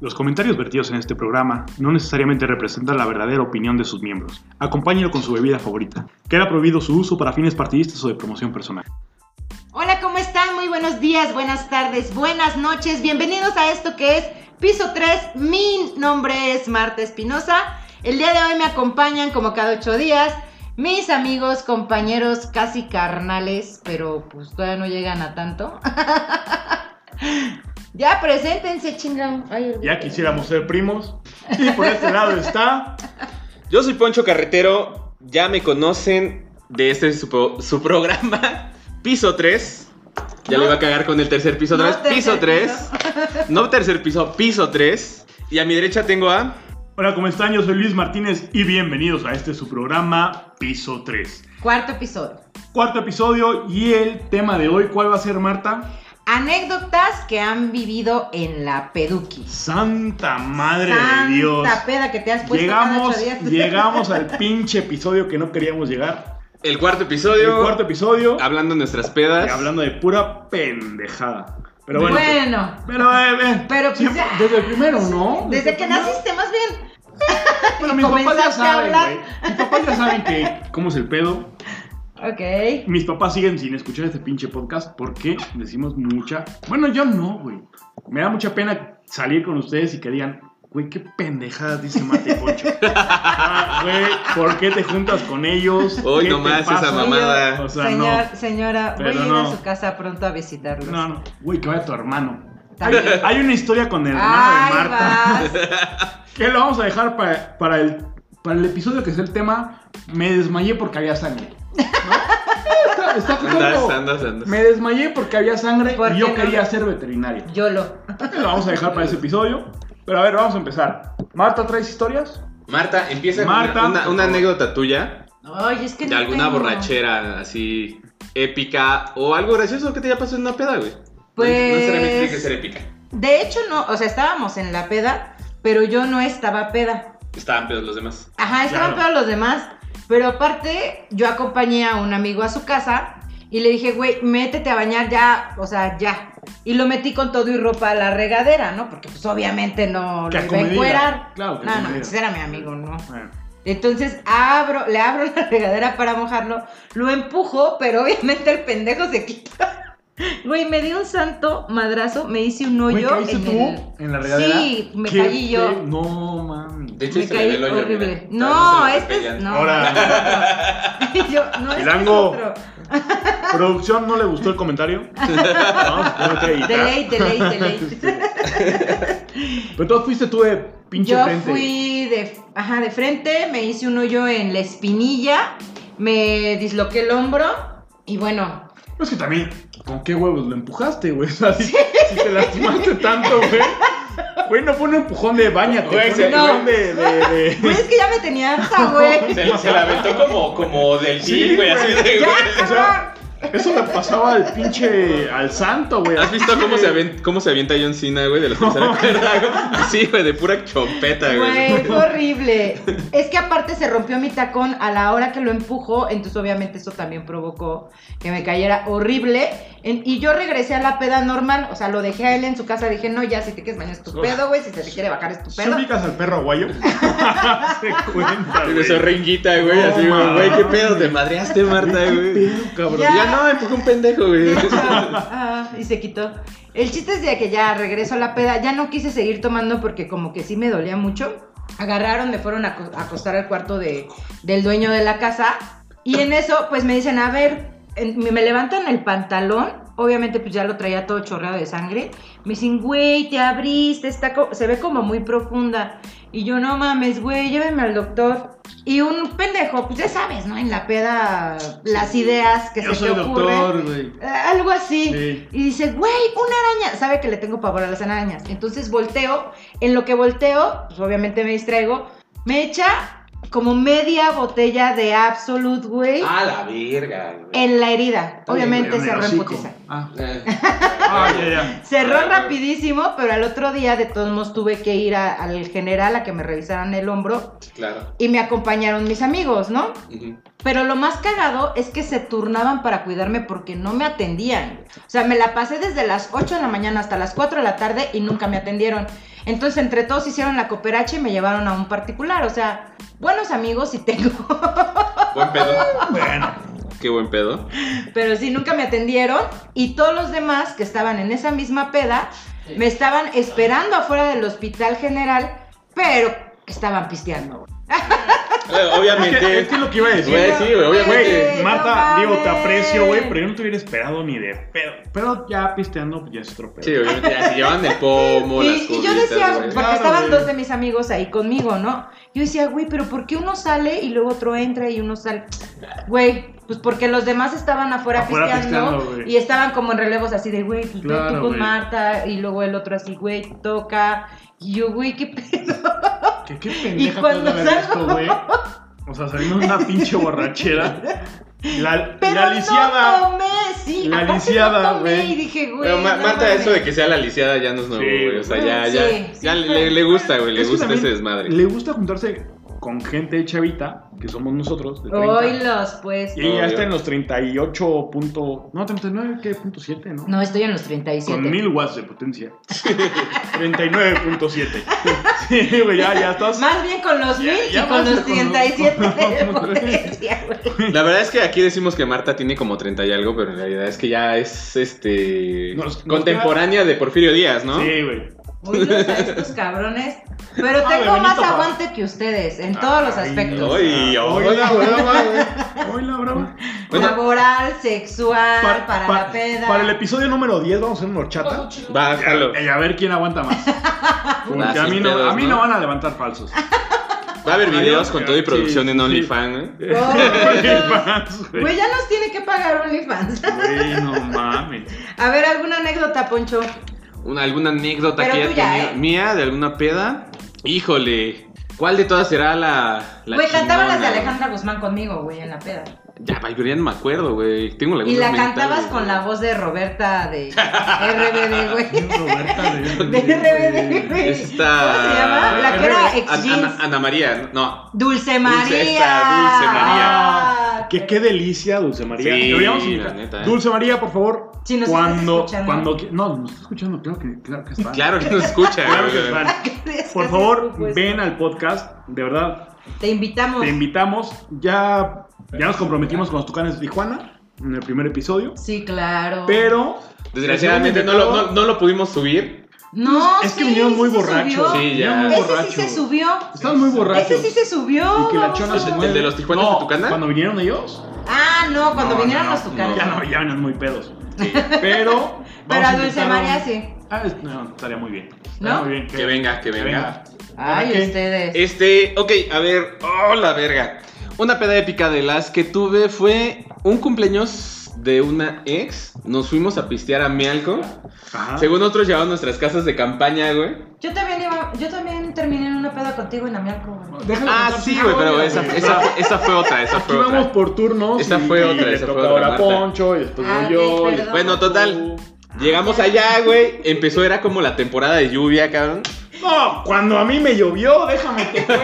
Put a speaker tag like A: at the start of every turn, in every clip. A: Los comentarios vertidos en este programa no necesariamente representan la verdadera opinión de sus miembros. Acompáñenlo con su bebida favorita. Queda prohibido su uso para fines partidistas o de promoción personal.
B: Hola, ¿cómo están? Muy buenos días, buenas tardes, buenas noches. Bienvenidos a esto que es Piso 3. Mi nombre es Marta Espinosa. El día de hoy me acompañan como cada ocho días mis amigos, compañeros, casi carnales, pero pues todavía no llegan a tanto. ya preséntense, chingan. Ay,
A: Ya quisiéramos ser primos. Y por este lado está.
C: Yo soy Poncho Carretero, ya me conocen de este su, pro- su programa, Piso 3. Ya
B: No.
C: le iba a cagar con el tercer piso
B: No,
C: otra vez.
B: tercer
C: piso 3. No tercer piso, piso 3. Y a mi derecha tengo a.
A: Hola, ¿cómo están? Yo soy Luis Martínez y bienvenidos a este su programa Piso 3.
B: Cuarto episodio.
A: Cuarto episodio y el tema de hoy, ¿cuál va a ser Marta?
B: Anécdotas que han vivido en la peduqui.
A: Santa madre
B: Santa
A: de Dios.
B: peda que te has puesto
A: Llegamos,
B: cada ocho días.
A: llegamos al pinche episodio que no queríamos llegar.
C: El cuarto
A: El
C: episodio.
A: cuarto episodio.
C: Hablando de nuestras pedas.
A: Y hablando de pura pendejada. Pero bueno.
B: Bueno,
A: Pero, eh, eh,
B: Pero, pues,
A: siempre-
B: ya.
A: desde el primero, ¿no?
B: desde que
A: primero.
B: naciste, más bien.
A: Pero mis papás ya
B: comenzaste a
A: saben,
B: hablar.
A: güey. Mis papás ya saben que cómo es el pedo.
B: Ok.
A: Mis papás siguen sin escuchar este pinche podcast porque decimos mucha. Bueno, yo no, güey. Me da mucha pena salir con ustedes y que digan, güey, qué pendejadas dice Mate Poncho. Ah, Güey, ¿por qué te juntas con ellos?
C: Hoy
A: ¿Qué
C: nomás
A: te pasa?
C: esa mamada.
A: O sea,
B: Señor, señora, voy
A: Pero
B: a ir
A: no.
B: a su casa pronto a visitarlos.
A: no. No, no. Güey, que vaya tu hermano.
B: También.
A: Hay una historia con el hermano
B: Ay,
A: de Marta.
B: vas.
A: Que lo vamos a dejar para, para, el, para el episodio que es el tema Me desmayé porque había sangre. ¿no? Está- está como-
C: Andas, andas, andas.
A: Me desmayé porque había sangre
B: ¿Por
A: y yo
B: qué no?
A: quería ser veterinario.
B: Yolo.
A: Lo vamos a dejar para ese episodio. Pero a ver, vamos a empezar. Marta, ¿traes historias?
C: Marta, empieza con
A: Marta,
C: una- una,
A: por
C: una
A: favor.
C: anécdota tuya
B: Ay, es que
C: de
B: no
C: alguna
B: tengo.
C: borrachera así épica o algo gracioso que te haya pasado en una peda, güey.
B: Pues-
C: No necesariamente tiene que ser épica.
B: De hecho, no, o sea, estábamos en la peda, pero yo no estaba peda.
C: Estaban pedos los demás.
B: Ajá, estaban
A: Claro.
B: pedos los demás. Pero aparte, yo acompañé a un amigo a su casa y le dije, güey, métete a bañar ya, o sea, ya. Y lo metí con todo y ropa a la regadera, ¿no? Porque pues obviamente no
A: Que
B: lo iba a
A: acomodida.
B: encuerar.
A: Claro, que
B: no, no,
A: acomodida.
B: ese era mi amigo, no.
A: Bueno,
B: Entonces abro, le abro la regadera para mojarlo, lo empujo, pero obviamente el pendejo se quita. Güey, me di un santo madrazo, me hice un
A: Güey,
B: hoyo.
A: ¿caíste
B: en
A: tú
B: el-
A: en la regadera?
B: Sí, me
A: ¿Qué
B: caí yo.
A: pe- No, mami.
C: De hecho,
B: Me
C: se le ve
B: caí
C: el hoyo, mira.
B: horrible.
C: Todavía
B: No,
C: se lo
B: este es.
C: pegan.
B: No,
A: Ahora.
B: este es otro. Y yo, no, este es
A: Chilango.
B: otro.
A: ¿Producción no le gustó el comentario? no, tengo que editar.
B: De ley, de ley, de ley.
A: Pero tú fuiste tú de pinche
B: Yo
A: frente.
B: fui de, ajá, de frente, me hice un hoyo en la espinilla, me disloqué el hombro y bueno,
A: Es que también, ¿con qué huevos lo empujaste, güey? O sea, si, si te lastimaste tanto, güey. Güey, no fue un empujón de bañate. fue
C: Güey,
A: un
C: se-
A: empujón de, de- de-
B: Güey, Pues es que ya me tenía harta, güey.
C: Se, se la aventó como, como del
A: Sí,
C: sí, güey, así
A: güey.
C: de, güey.
A: O sea, eso le pasaba al pinche, al santo, güey.
C: ¿Has visto cómo se, aven- cómo se avienta John Cena, güey, de la tercera cuerda? güey? Así, güey, de pura chompeta,
B: Güey,
C: güey.
B: fue horrible. Es que aparte se rompió mi tacón a la hora que lo empujó, entonces obviamente eso también provocó que me cayera horrible. En- y yo regresé a la peda normal, o sea, lo dejé a él en su casa, dije, no, ya, si te quieres bañar es tu pedo, güey, si se te quiere bajar es tu
A: ¿Se
B: pedo.
A: ubicas al perro aguayo? se cuenta,
C: Y besó
A: güey.
C: ringuita, güey, así,
A: No,
C: güey, güey, qué
A: mames.
C: pedo, te madreaste, Marta, güey.
A: Cabrón.
B: Ya.
C: Ya, no, empujó un pendejo, güey.
B: Ah, y se quitó. El chiste es de que ya regreso a la peda, ya no quise seguir tomando porque como que sí me dolía mucho. Agarraron, me fueron a acos- a acostar al cuarto de, del dueño de la casa y en eso pues me dicen, a ver, en- me me levantan el pantalón, obviamente pues ya lo traía todo chorreado de sangre. Me dicen, güey, te abriste, está co- se ve como muy profunda. Y yo, no mames, güey, llévenme al doctor. Y un pendejo, pues ya sabes, ¿no? En la peda, las ideas que
A: Yo
B: se
A: soy
B: te ocurren.
A: doctor, güey.
B: Eh, Algo así.
A: Sí.
B: Y dice, güey, una araña. Sabe que le tengo pavor a las arañas. Entonces volteo. En lo que volteo, pues obviamente me distraigo. Me echa como media botella de Absolute, güey,
C: A la verga, güey.
B: en la herida.
A: Ah. Oye,
B: Obviamente
A: güey,
B: se
A: en el hocico.
B: reemputiza.
A: Ah.
C: Eh,
A: Ah, ya, ya.
B: Cerró rapidísimo, pero al otro día de todos modos tuve que ir a- al general a que me revisaran el hombro
C: Claro.
B: y me acompañaron mis amigos, ¿no?
C: Ujú.
B: Pero lo más cagado es que se turnaban para cuidarme porque no me atendían. güey. O sea, me la pasé desde las 8 de la mañana hasta las 4 de la tarde y nunca me atendieron. Entonces, entre todos hicieron la cooperacha y me llevaron a un particular. O sea, buenos amigos sí tengo.
C: Buen pedo.
A: Bueno,
C: Qué buen pedo.
B: Pero sí, nunca me atendieron. Y todos los demás que estaban en esa misma peda me estaban esperando afuera del hospital general, pero estaban pisteando. güey.
A: es
C: Eh,
A: que,
C: Obviamente.
A: es que es lo que iba a decir.
C: Güey, sí, güey, obviamente.
A: Güey,
B: no
A: Marta, digo, te
B: mames.
A: aprecio, güey, pero yo no te hubiera esperado ni de pedo. Pero ya pisteando, pues ya es otro pedo.
C: Sí, obviamente. ya, Si llevan el pomo,
B: Y,
C: las
B: y yo
C: cositas,
B: decía,
C: güey.
B: porque
A: Claro,
B: estaban
A: güey.
B: dos de mis amigos ahí conmigo, ¿no? Yo decía, güey, pero ¿por qué uno sale y luego otro entra y uno sale? Güey, pues porque los demás estaban afuera,
A: Afuera
B: pisteando,
A: pisteando, güey.
B: y estaban como en relevos así de, güey, pues ve
A: Claro,
B: tú con
A: güey.
B: Marta y luego el otro así, güey, toca. Y yo, güey, qué pedo.
A: ¿Qué, qué pendeja
B: Y cuando
A: puede haber esto, güey? O sea, salimos de una pinche borrachera. La,
B: Pero
A: la lisiada.
B: no tomé, sí.
A: La
B: aparte no
A: lisiada,
B: tomé
A: güey.
B: Y dije, güey.
C: Pero Ma-
B: no
C: Marta,
B: mames.
C: eso de que sea la lisiada ya no es nuevo,
A: Sí.
C: güey. O sea, ya,
B: Sí,
C: ya.
B: sí,
C: ya
B: sí.
C: le, le gusta, güey. Le
A: Es que
C: gusta
A: también
C: ese desmadre.
A: Le gusta juntarse con gente chavita, que somos nosotros, de 30.
B: Oilos, pues.
A: y ella ya
C: Obvio.
A: está en los 38 punto... No, 39, ¿qué? Punto 7, ¿no?
B: No, estoy en los 37.
A: Con 1000 watts de potencia. 39.7. Sí, güey, ya, ya estás...
B: Más bien con los
A: Ya-
B: mil
A: ya
B: y con
A: basta
B: los
A: con
B: 37 de
A: los-
B: potencia, güey.
C: La verdad es que aquí decimos que Marta tiene como 30 y algo, pero en realidad es que ya es este
A: Nos- nos
C: contemporánea de Porfirio Díaz, ¿no?
A: Sí, güey.
B: Uy, los a estos cabrones. Pero
A: Ah,
B: tengo
A: de
B: más
A: Benito Juárez.
B: aguante que ustedes en todos los
A: Ay,
B: aspectos.
C: Ay,
A: Ah,
C: hoy
A: hola,
C: la brava, güey.
A: Hola, brava.
C: Bueno.
B: Laboral, sexual, para,
A: pa-
B: la peda.
A: para el episodio número 10 vamos a hacer una horchata.
C: Bájalo.
A: Y a ver quién aguanta más. Porque a
C: Así
A: mí, no,
C: pedos,
A: a mí
C: ¿no?
A: no van a levantar falsos.
C: Va a haber videos con todo y
A: Sí,
C: producción en
A: sí.
C: OnlyFans, ¿eh? güey.
B: Oh,
A: Fans, güey.
B: Güey, ya nos tiene que pagar OnlyFans.
A: Güey, no mames.
B: A ver, alguna anécdota, Poncho.
C: Una- ¿Alguna anécdota
B: Pero
C: que haya
B: tuya,
C: tenido
B: ¿eh?
C: mía de alguna peda? Híjole. ¿Cuál de todas será la. la
B: Güey, cantaban las de
C: chingona,
B: Alejandra Guzmán conmigo, güey, en la peda.
C: güey? Ya, pero ya no me acuerdo, güey. Tengo la
B: Y la
C: mental,
B: cantabas
C: güey.
B: con la voz de Roberta de RBD, güey.
A: Roberta
B: De RBD, güey.
C: Es esta-
B: ¿Cómo se llama? La que era ex
C: Ana,
B: jeans.
C: Ana- Ana María, no.
B: Dulce María.
C: Dulce, esta, Dulce María.
B: Ah,
A: Que qué delicia, Dulce María.
C: Sí,
A: Deberíamos
C: la
A: invitar-
C: neta, eh.
A: Dulce María, por favor.
B: Si nos
A: cuando,
B: estás escuchando.
A: cuando qui- No, nos está escuchando, claro que, claro que está.
C: Claro que no escucha,
A: Claro que
C: güey.
A: está. Por favor, ven al podcast. De verdad,
B: pues? Te invitamos.
A: te invitamos. Ya, ya nos comprometimos con los Tucanes de Tijuana en el primer episodio.
B: Sí, claro.
A: Pero.
C: Desgraciadamente no lo, no- no lo pudimos subir.
B: No,
A: Es que
B: sí,
A: vinieron
B: sí
A: muy
B: se
A: borrachos.
B: subió.
C: Sí, ya.
A: Vinieron muy
B: Ese
A: borrachos.
B: sí se subió.
A: Estaban muy borrachos.
B: Ese sí se subió.
A: Y que la
B: baboso.
A: chona se
C: ¿El
A: mueve.
C: de los Tijuanas de Tucana?
A: Cuando vinieron ellos.
B: Ah, no, cuando
A: No,
B: vinieron
A: no,
B: los tucanes.
A: Ya no, ya venían muy pedos. Pero.
B: Pero
A: vamos
B: a
A: a
B: Dulce
A: invitar a un-
B: María sí.
A: Ah, es- no, estaría muy bien.
B: ¿No?
A: Estaría Muy bien.
C: Que venga, que venga.
A: ¿Para
B: Ay,
A: qué?
B: ustedes.
A: Eh.
C: Este, ok, a ver. ¡Oh, la verga! Una peda épica de las que tuve fue un cumpleaños de una ex. Nos fuimos a pistear a Mealco.
A: Ajá.
C: Según otros, llevaban nuestras casas de campaña, güey.
B: Yo también iba, yo también terminé en una peda contigo en Amialco, güey.
A: Déjalo
C: Ah,
A: contar,
C: sí,
A: por
C: güey,
A: favor,
C: pero
A: güey.
C: esa, esa, esa fue otra, esa
A: Aquí
C: fue otra.
A: vamos por turnos.
C: Esa
A: y-
C: fue
A: y
C: otra,
A: le
C: esa
A: toca
C: fue otra,
A: ahora
C: Marta.
A: Poncho, y después
B: Ah,
A: voy pues, yo.
B: ok,
A: y-
B: perdón.
C: Bueno, total. Llegamos allá, güey. Empezó, era como la temporada de lluvia, cabrón.
A: No, cuando a mí me llovió, déjame que No,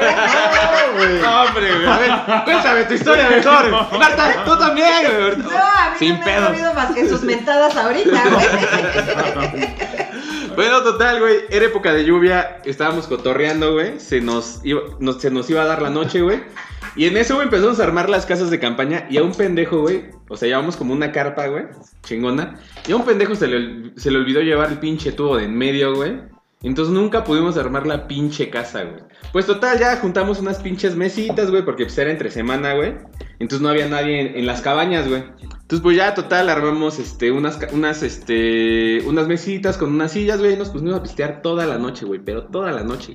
A: güey.
C: Hombre, güey. A ver, cuéntame tu historia mejor. Marta, tú también, güey.
B: No, a mí
C: Sin
B: no me ha
C: pedos.
B: dolido más que sus mentadas ahorita, güey.
C: Bueno, total, güey. Era época de lluvia. Estábamos cotorreando, güey. Se nos iba, nos- se nos iba a dar la noche, güey. Y en eso, güey, empezamos a armar las casas de campaña. Y a un pendejo, güey. O sea, llevamos como una carpa, güey. Chingona. Y a un pendejo se le, ol- se le olvidó llevar el pinche tubo de en medio, güey. Entonces nunca pudimos armar la pinche casa, güey. Pues total, ya juntamos unas pinches mesitas, güey, porque pues era entre semana, güey. Entonces no había nadie en, en las cabañas, güey. Entonces pues ya total armamos este unas ca- unas este unas mesitas con unas sillas, güey, y nos pusimos a pistear toda la noche, güey, pero toda la noche.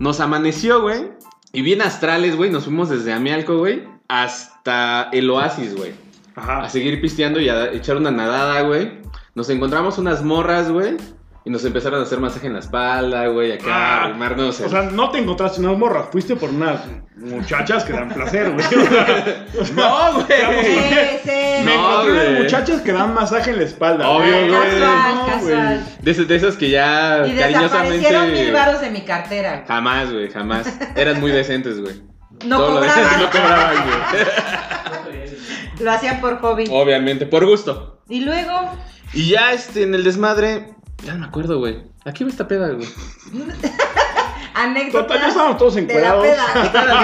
C: Nos amaneció, güey, y bien astrales, güey, nos fuimos desde Amialco, güey, hasta el Oasis, güey
A: Ajá.
C: a seguir pisteando y a echar una nadada, güey. Nos encontramos unas morras, güey. Y nos empezaron a hacer masaje en la espalda, güey, acá,
A: Ah,
C: armarnos.
A: O sea, no te encontraste unas morras, fuiste por unas muchachas que dan placer, güey. O sea,
C: no,
B: Sí,
C: güey.
B: sí.
A: me
C: No,
A: encontré unas
C: güey.
A: muchachas que dan masaje en la espalda.
C: Obvio,
A: güey.
C: güey.
B: Casual,
A: No,
B: casual.
A: güey.
C: De, esas- de esas que ya
B: Y desaparecieron mil
C: cariñosamente.
B: varos de mi cartera.
C: Jamás, güey, jamás. Eran muy decentes, güey.
B: No
C: Todo lo
B: cobraban.
C: decente, no cobraban, güey.
B: Lo hacían por hobby.
A: Oh.
C: Obviamente, por gusto.
B: Y luego,
C: Y ya este, en el desmadre, ya no me acuerdo, güey. Aquí va esta peda, güey.
B: anécdotas.
A: Total, ya estábamos todos
B: de la
A: encuerados.
B: peda.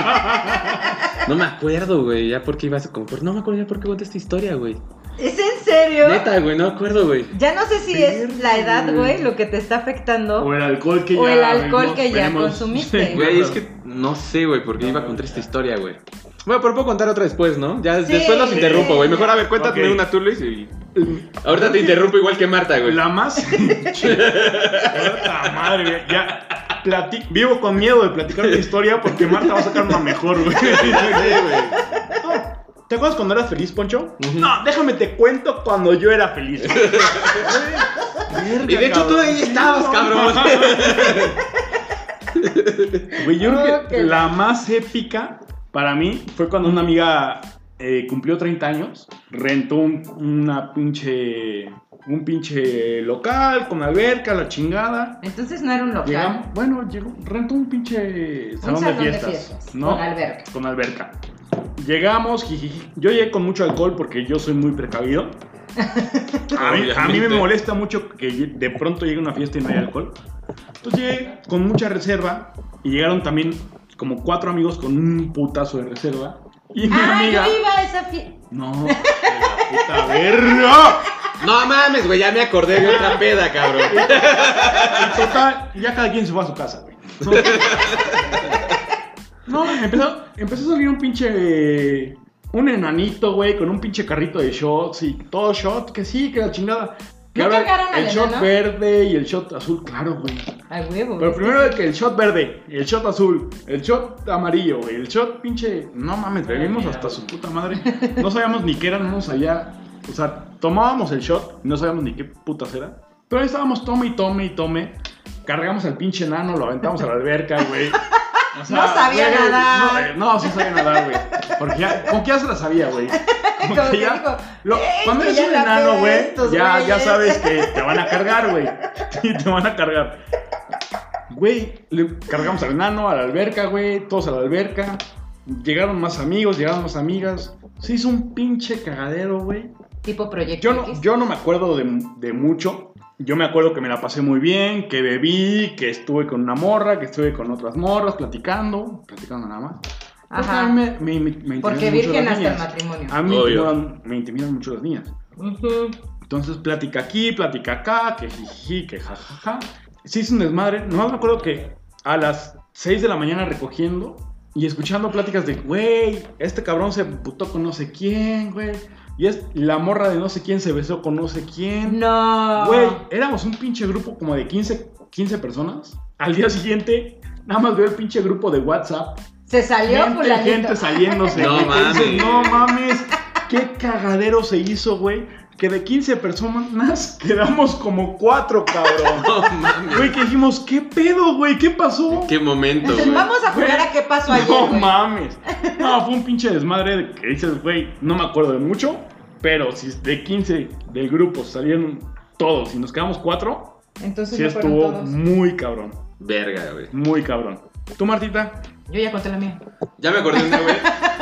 C: No me acuerdo, güey. Ya porque ibas a comprar. No me acuerdo ya por qué conté esta historia, güey.
B: ¿Es en serio?
C: Neta, güey, no me acuerdo, güey.
B: Ya no sé si es la edad, güey, lo que te está afectando.
A: O el alcohol que
B: O
A: ya
B: el alcohol que ya
A: venimos-
B: consumiste.
C: Güey, es que no sé, güey, por qué iba a contar esta historia, güey. Bueno, pero puedo contar otra después, ¿no? Ya
B: Sí.
C: después los interrumpo, güey. Mejor a ver, cuéntame
A: Ok.
C: una tú, Luis. Y... Mm. Ahorita te interrumpo igual que Marta, güey.
A: La más. Puta madre, güey. Ya. plati- Vivo con miedo de platicar mi historia porque Marta va a sacar una mejor, güey. Ah, ¿Te acuerdas cuando eras feliz, Poncho?
C: Ujú.
A: No, déjame te cuento cuando yo era feliz. Güey,
C: Y de hecho tú ahí estabas, cabrón.
A: Güey, yo creo
B: Oh,
A: que
B: qué
A: la más épica para mí fue cuando una amiga eh, cumplió 30 años, rentó un, una pinche, un pinche local con alberca, la chingada.
B: Entonces no era un local.
A: Llegamos, bueno, llegó, rentó un pinche salón,
B: salón
A: de
B: de
A: fiestas,
B: fiestas,
A: ¿no?
B: con alberca.
A: Con alberca. Llegamos, jijiji. yo llegué con mucho alcohol porque yo soy muy precavido. A mí, a mí me
C: Obviamente.
A: molesta mucho que de pronto llegue una fiesta y no hay alcohol. Entonces llegué con mucha reserva y llegaron también como cuatro amigos con un putazo de reserva. Y mi
B: Ah,
A: amiga.
B: yo iba a esa fiesta.
A: No, de la puta verga.
C: No mames, güey, ya me acordé de otra peda, cabrón.
A: Y total, ya cada quien se fue a su casa, güey. No, empezó, empezó a salir un pinche. Un enanito, güey, con un pinche carrito de shots y todo shot, que sí, que la chingada. Que
B: ¿No
A: ahora
B: cargaron al
A: el shot
B: enano?
A: verde y el shot azul, claro, güey.
B: A huevo.
A: Pero
B: es que
A: primero que el shot verde, el shot azul, el shot amarillo, güey, el shot pinche. No mames, bebimos hasta su puta madre. No sabíamos ni qué éramos allá. O sea, tomábamos el shot, no sabíamos ni qué putas era. Pero ahí estábamos tome y tome y tome. Cargamos al pinche nano, lo aventamos a la alberca, güey. O
B: No sabía
A: güey,
B: nadar.
A: No, no, sí sabía nadar, güey. Porque ya, con que ya se la sabía, güey. Como que
B: Como que
A: ya-
B: dijo,
A: lo-
B: "Ey,
A: cuando
B: que
A: eres
B: ya
A: un
B: la
A: enano,
B: pegué
A: güey,
B: estos
A: ya, ya
B: güeyes".
A: sabes que te van a cargar, güey. Y te van a cargar. Güey, le cargamos al enano, a la alberca, güey, todos a la alberca. Llegaron más amigos, llegaron más amigas. Se hizo un pinche cagadero, güey.
B: Tipo proyecto.
A: Yo no,
B: X.
A: yo no me acuerdo de, de mucho. Yo me acuerdo que me la pasé muy bien, que bebí, que estuve con una morra, que estuve con otras morras platicando, platicando nada más. Pero
B: Ajá.
A: también Me, me, me, me
B: Porque
A: intimidan mucho las
B: virgen hasta el
A: niñas. Ah.
B: matrimonio.
A: A mí me
C: Obvio.
A: intimidan, me intimidan mucho las niñas.
B: Ujú.
A: Entonces, plática aquí, plática acá, que jiji, que jajaja. Se hizo un desmadre. Nomás me acuerdo que a las 6 de la mañana recogiendo y escuchando pláticas de, güey, este cabrón se putó con no sé quién, güey. Y es la morra de no sé quién se besó con no sé quién.
B: No.
A: Güey, éramos un pinche grupo como de 15, 15 personas. Al día siguiente, nada más veo el pinche grupo de WhatsApp.
B: Se salió
A: gente,
B: fulanito.
A: gente saliéndose.
C: No
A: güey, que
C: mames.
A: dices, No mames. Qué cagadero se hizo, güey. Que de 15 personas quedamos como 4, cabrón.
C: No mames.
A: Güey, que dijimos, ¿qué pedo, güey? ¿Qué pasó?
C: Qué momento, güey.
B: Vamos a jugar a qué pasó ayer.
A: No
B: güey.
A: mames. No, fue un pinche desmadre de que dices, güey, no me acuerdo de mucho, pero si de 15 del grupo salieron todos y nos quedamos cuatro,
B: Entonces
A: sí
B: no fueron
A: estuvo
B: todos.
A: muy cabrón,
C: Verga, güey.
A: muy cabrón. ¿Tú, Martita?
B: Yo ya conté la mía.
C: Ya me acordé de una, güey.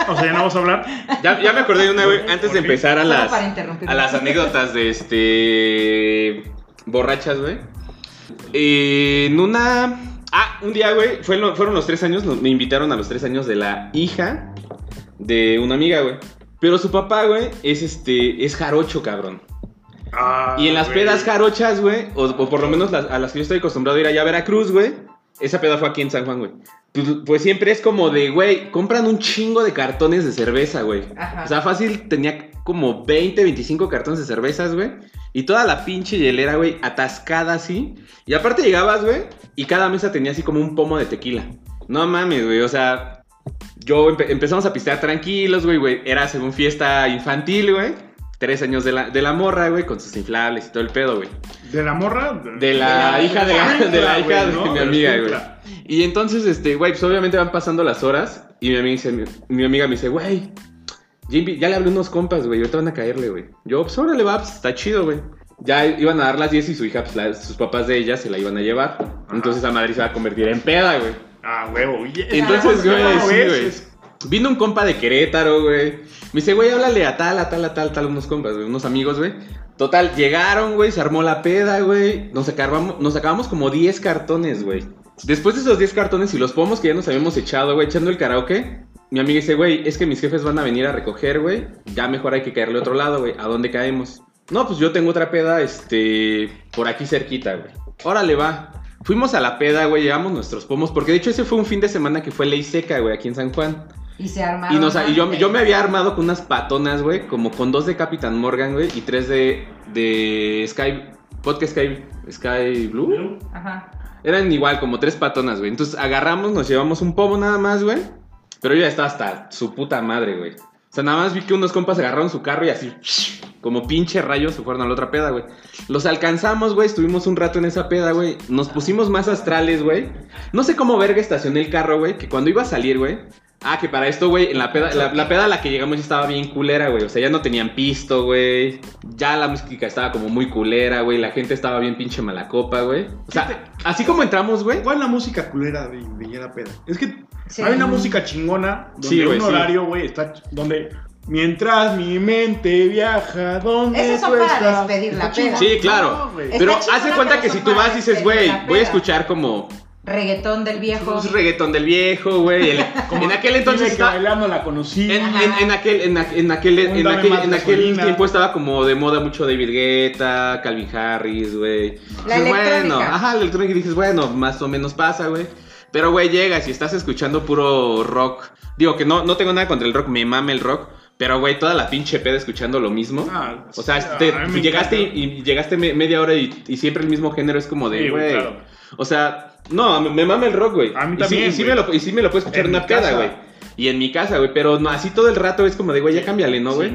A: O sea, ya no vas a hablar.
C: Ya, ya me acordé de una, güey. Antes de empezar a
B: Solo
C: las,
B: para interrumpir.
C: a las anécdotas de este. borrachas, güey. Eh, en una. Ah, un día, güey. fue lo- fueron los tres años. nos- me invitaron a los tres años de la hija de una amiga, güey. Pero su papá, güey, es este. Es jarocho, cabrón.
A: Ah,
C: Y en las
A: güey.
C: pedas jarochas, güey, o, o por lo menos las- a las que yo estoy acostumbrado a ir allá a Veracruz, güey. Esa peda fue aquí en San Juan, güey. Pues, pues siempre es como de, güey, compran un chingo de cartones de cerveza, güey.
B: Ajá.
C: O sea, fácil tenía como 20, 25 cartones de cervezas, güey. Y toda la pinche hielera, güey, atascada así. Y aparte llegabas, güey, y cada mesa tenía así como un pomo de tequila. No mames, güey, o sea, yo empe- empezamos a pistear tranquilos, güey, güey. Era según fiesta infantil, güey. Tres años de la, de la morra, güey, con sus inflables y todo el pedo, güey.
A: De la morra.
C: De la hija de, la- de la hija de mi amiga, güey.
A: escuincla.
C: Y entonces, este, güey, pues obviamente van pasando las horas y mi amiga, dice- mi, mi amiga me dice, güey, Jimmy, ya le hablé a unos compas, güey, ahorita van a caerle, güey. Yo, pues órale, va, pues, está chido, güey. Ya iban a dar las 10 y su hija, pues la- sus papás de ella se la iban a llevar. Entonces la madre se va a convertir en peda, güey.
A: Ah, huevo. oye,
C: Entonces,
A: ¿cómo
C: güey, sí,
A: ves?
C: güey.
A: Es-
C: Vino un compa de Querétaro, güey. Me dice, güey, háblale a tal, a tal, a tal, tal, unos compas, güey, unos amigos, güey. Total, llegaron, güey, se armó la peda, güey. Nos acabamos, nos acabamos como 10 cartones, güey. Después de esos 10 cartones y los pomos que ya nos habíamos echado, güey, echando el karaoke, mi amiga dice, güey, es que mis jefes van a venir a recoger, güey. Ya mejor hay que caerle a otro lado, güey. ¿A dónde caemos? No, pues yo tengo otra peda, este, por aquí cerquita, güey. Órale, va. Fuimos a la peda, güey, llevamos nuestros pomos, porque de hecho ese fue un fin de semana que fue ley seca, güey, aquí en San Juan.
B: Y se armaron.
C: Y, nos- y yo,
B: antes.
C: yo me había armado con unas patonas, güey, como con dos de Capitán Morgan, güey, y tres de, de Sky, Podcast Sky, Sky Blue.
B: Ajá.
C: Eran igual, como tres patonas, güey. Entonces agarramos, nos llevamos un pomo nada más, güey. Pero yo ya estaba hasta su puta madre, güey. O sea, nada más vi que unos compas agarraron su carro y así, como pinche rayos, se fueron a la otra peda, güey. Los alcanzamos, güey, estuvimos un rato en esa peda, güey. Nos pusimos más astrales, güey. No sé cómo verga estacioné el carro, güey, que cuando iba a salir, güey. Ah, que para esto, güey, en la peda, la, la peda a la que llegamos ya estaba bien culera, güey. O sea, ya no tenían pisto, güey. Ya la música estaba como muy culera, güey. La gente estaba bien pinche mala copa, güey. O
B: Este-
C: sea, así como entramos, güey.
A: ¿Cuál es la música culera de, de Yera Peda? Es que
B: Sí.
A: hay una música chingona donde
C: Sí, güey,
A: un
C: sí.
A: horario, güey, está ch- donde mientras mi mente viaja, donde
B: Esas son
A: tú
B: para
A: estás?
B: despedir la
A: Está chingón.
C: Sí, claro.
A: No, güey.
B: Está
C: Pero
B: chingona,
C: hace cuenta
B: pero
C: que
B: son
C: si tú vas y dices,
B: partes de
C: güey,
B: la
C: voy a
B: peda.
C: escuchar como
B: Reggaetón del viejo.
C: pues, reggaetón del viejo, güey. el- En aquel entonces
A: Dime que
C: estaba-
A: bailando la conocí.
C: En, en- en aquel, en, aqu- en aquel, en
A: Dame
C: aquel,
A: más
C: en aquel
A: gasolina.
C: tiempo estaba como de moda mucho David Guetta, Calvin Harris, güey.
B: La
C: Dices, bueno,
B: electrónica.
C: ajá, la electrónica y dices, bueno, más o menos pasa, güey. Pero, güey, llegas y estás escuchando puro rock. Digo que no, no tengo nada contra el rock, me mame el rock. Pero, güey, toda la pinche peda escuchando lo mismo.
A: Ah,
C: o sea,
A: sí,
C: te-
A: a mí me
C: llegaste
A: encanta.
C: y, y llegaste me- media hora y, y siempre el mismo género es como de,
A: Sí,
C: güey.
A: claro.
C: O sea, no, me, me mama el rock, güey.
A: A mí
C: Y sí-
A: también,
C: Y sí,
A: güey.
C: me lo, y sí me lo puedo escuchar
A: En
C: en una
A: mi
C: peda,
A: casa.
C: güey. Y en mi casa, güey. Pero no, así todo el rato es como de, güey, ya cámbiale, ¿no,
A: Sí,
C: güey?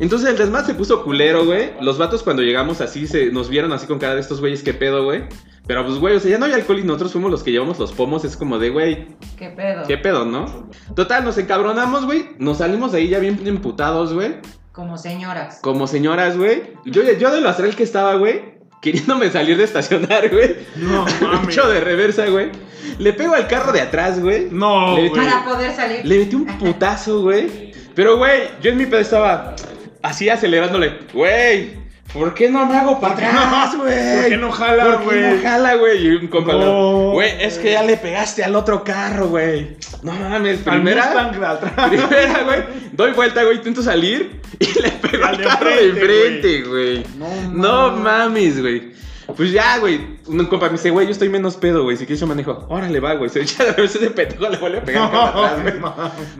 C: Entonces el desmadre se puso culero, güey. Los vatos cuando llegamos así se nos vieron así con cara de estos güeyes, qué pedo, güey. Pero pues, güey, o sea, ya no hay alcohol y nosotros fuimos los que llevamos los pomos. Es como de, güey,
B: ¿Qué pedo?
C: qué pedo, ¿no? Total, nos encabronamos, güey. Nos salimos de ahí ya bien emputados, güey.
B: Como señoras.
C: Como señoras, güey. Yo, yo de lo astral que estaba, güey. Queriéndome salir de estacionar, güey.
A: No, mames.
C: Mucho de reversa, güey. Le pego al carro de atrás, güey.
A: No,
C: Le-
A: güey.
B: Para poder salir.
C: Le metí un putazo, güey. Pero, güey, yo en mi pedo estaba así acelerándole. Güey, ¿por qué no me hago para atrás, güey?
A: ¿Por qué no jala,
C: ¿Por qué
A: güey?
C: no jala, güey? Y un compa,
A: No,
C: no, güey, es que ya le pegaste al otro carro, güey. No mames,
A: Al
C: primera.
A: Mustang de atrás.
C: Primera, güey. Doy vuelta, güey, intento salir y le pego
A: Al
C: al
A: de
C: carro de
A: enfrente,
C: enfrente, güey.
A: No,
C: No mames, güey. Pues ya, güey. Un compa me dice, güey, yo estoy menos pedo, güey. Si quieres, yo manejo. Órale, va, güey. Se echa de veces de pendejo, le vuelve a pegar acá atrás, güey.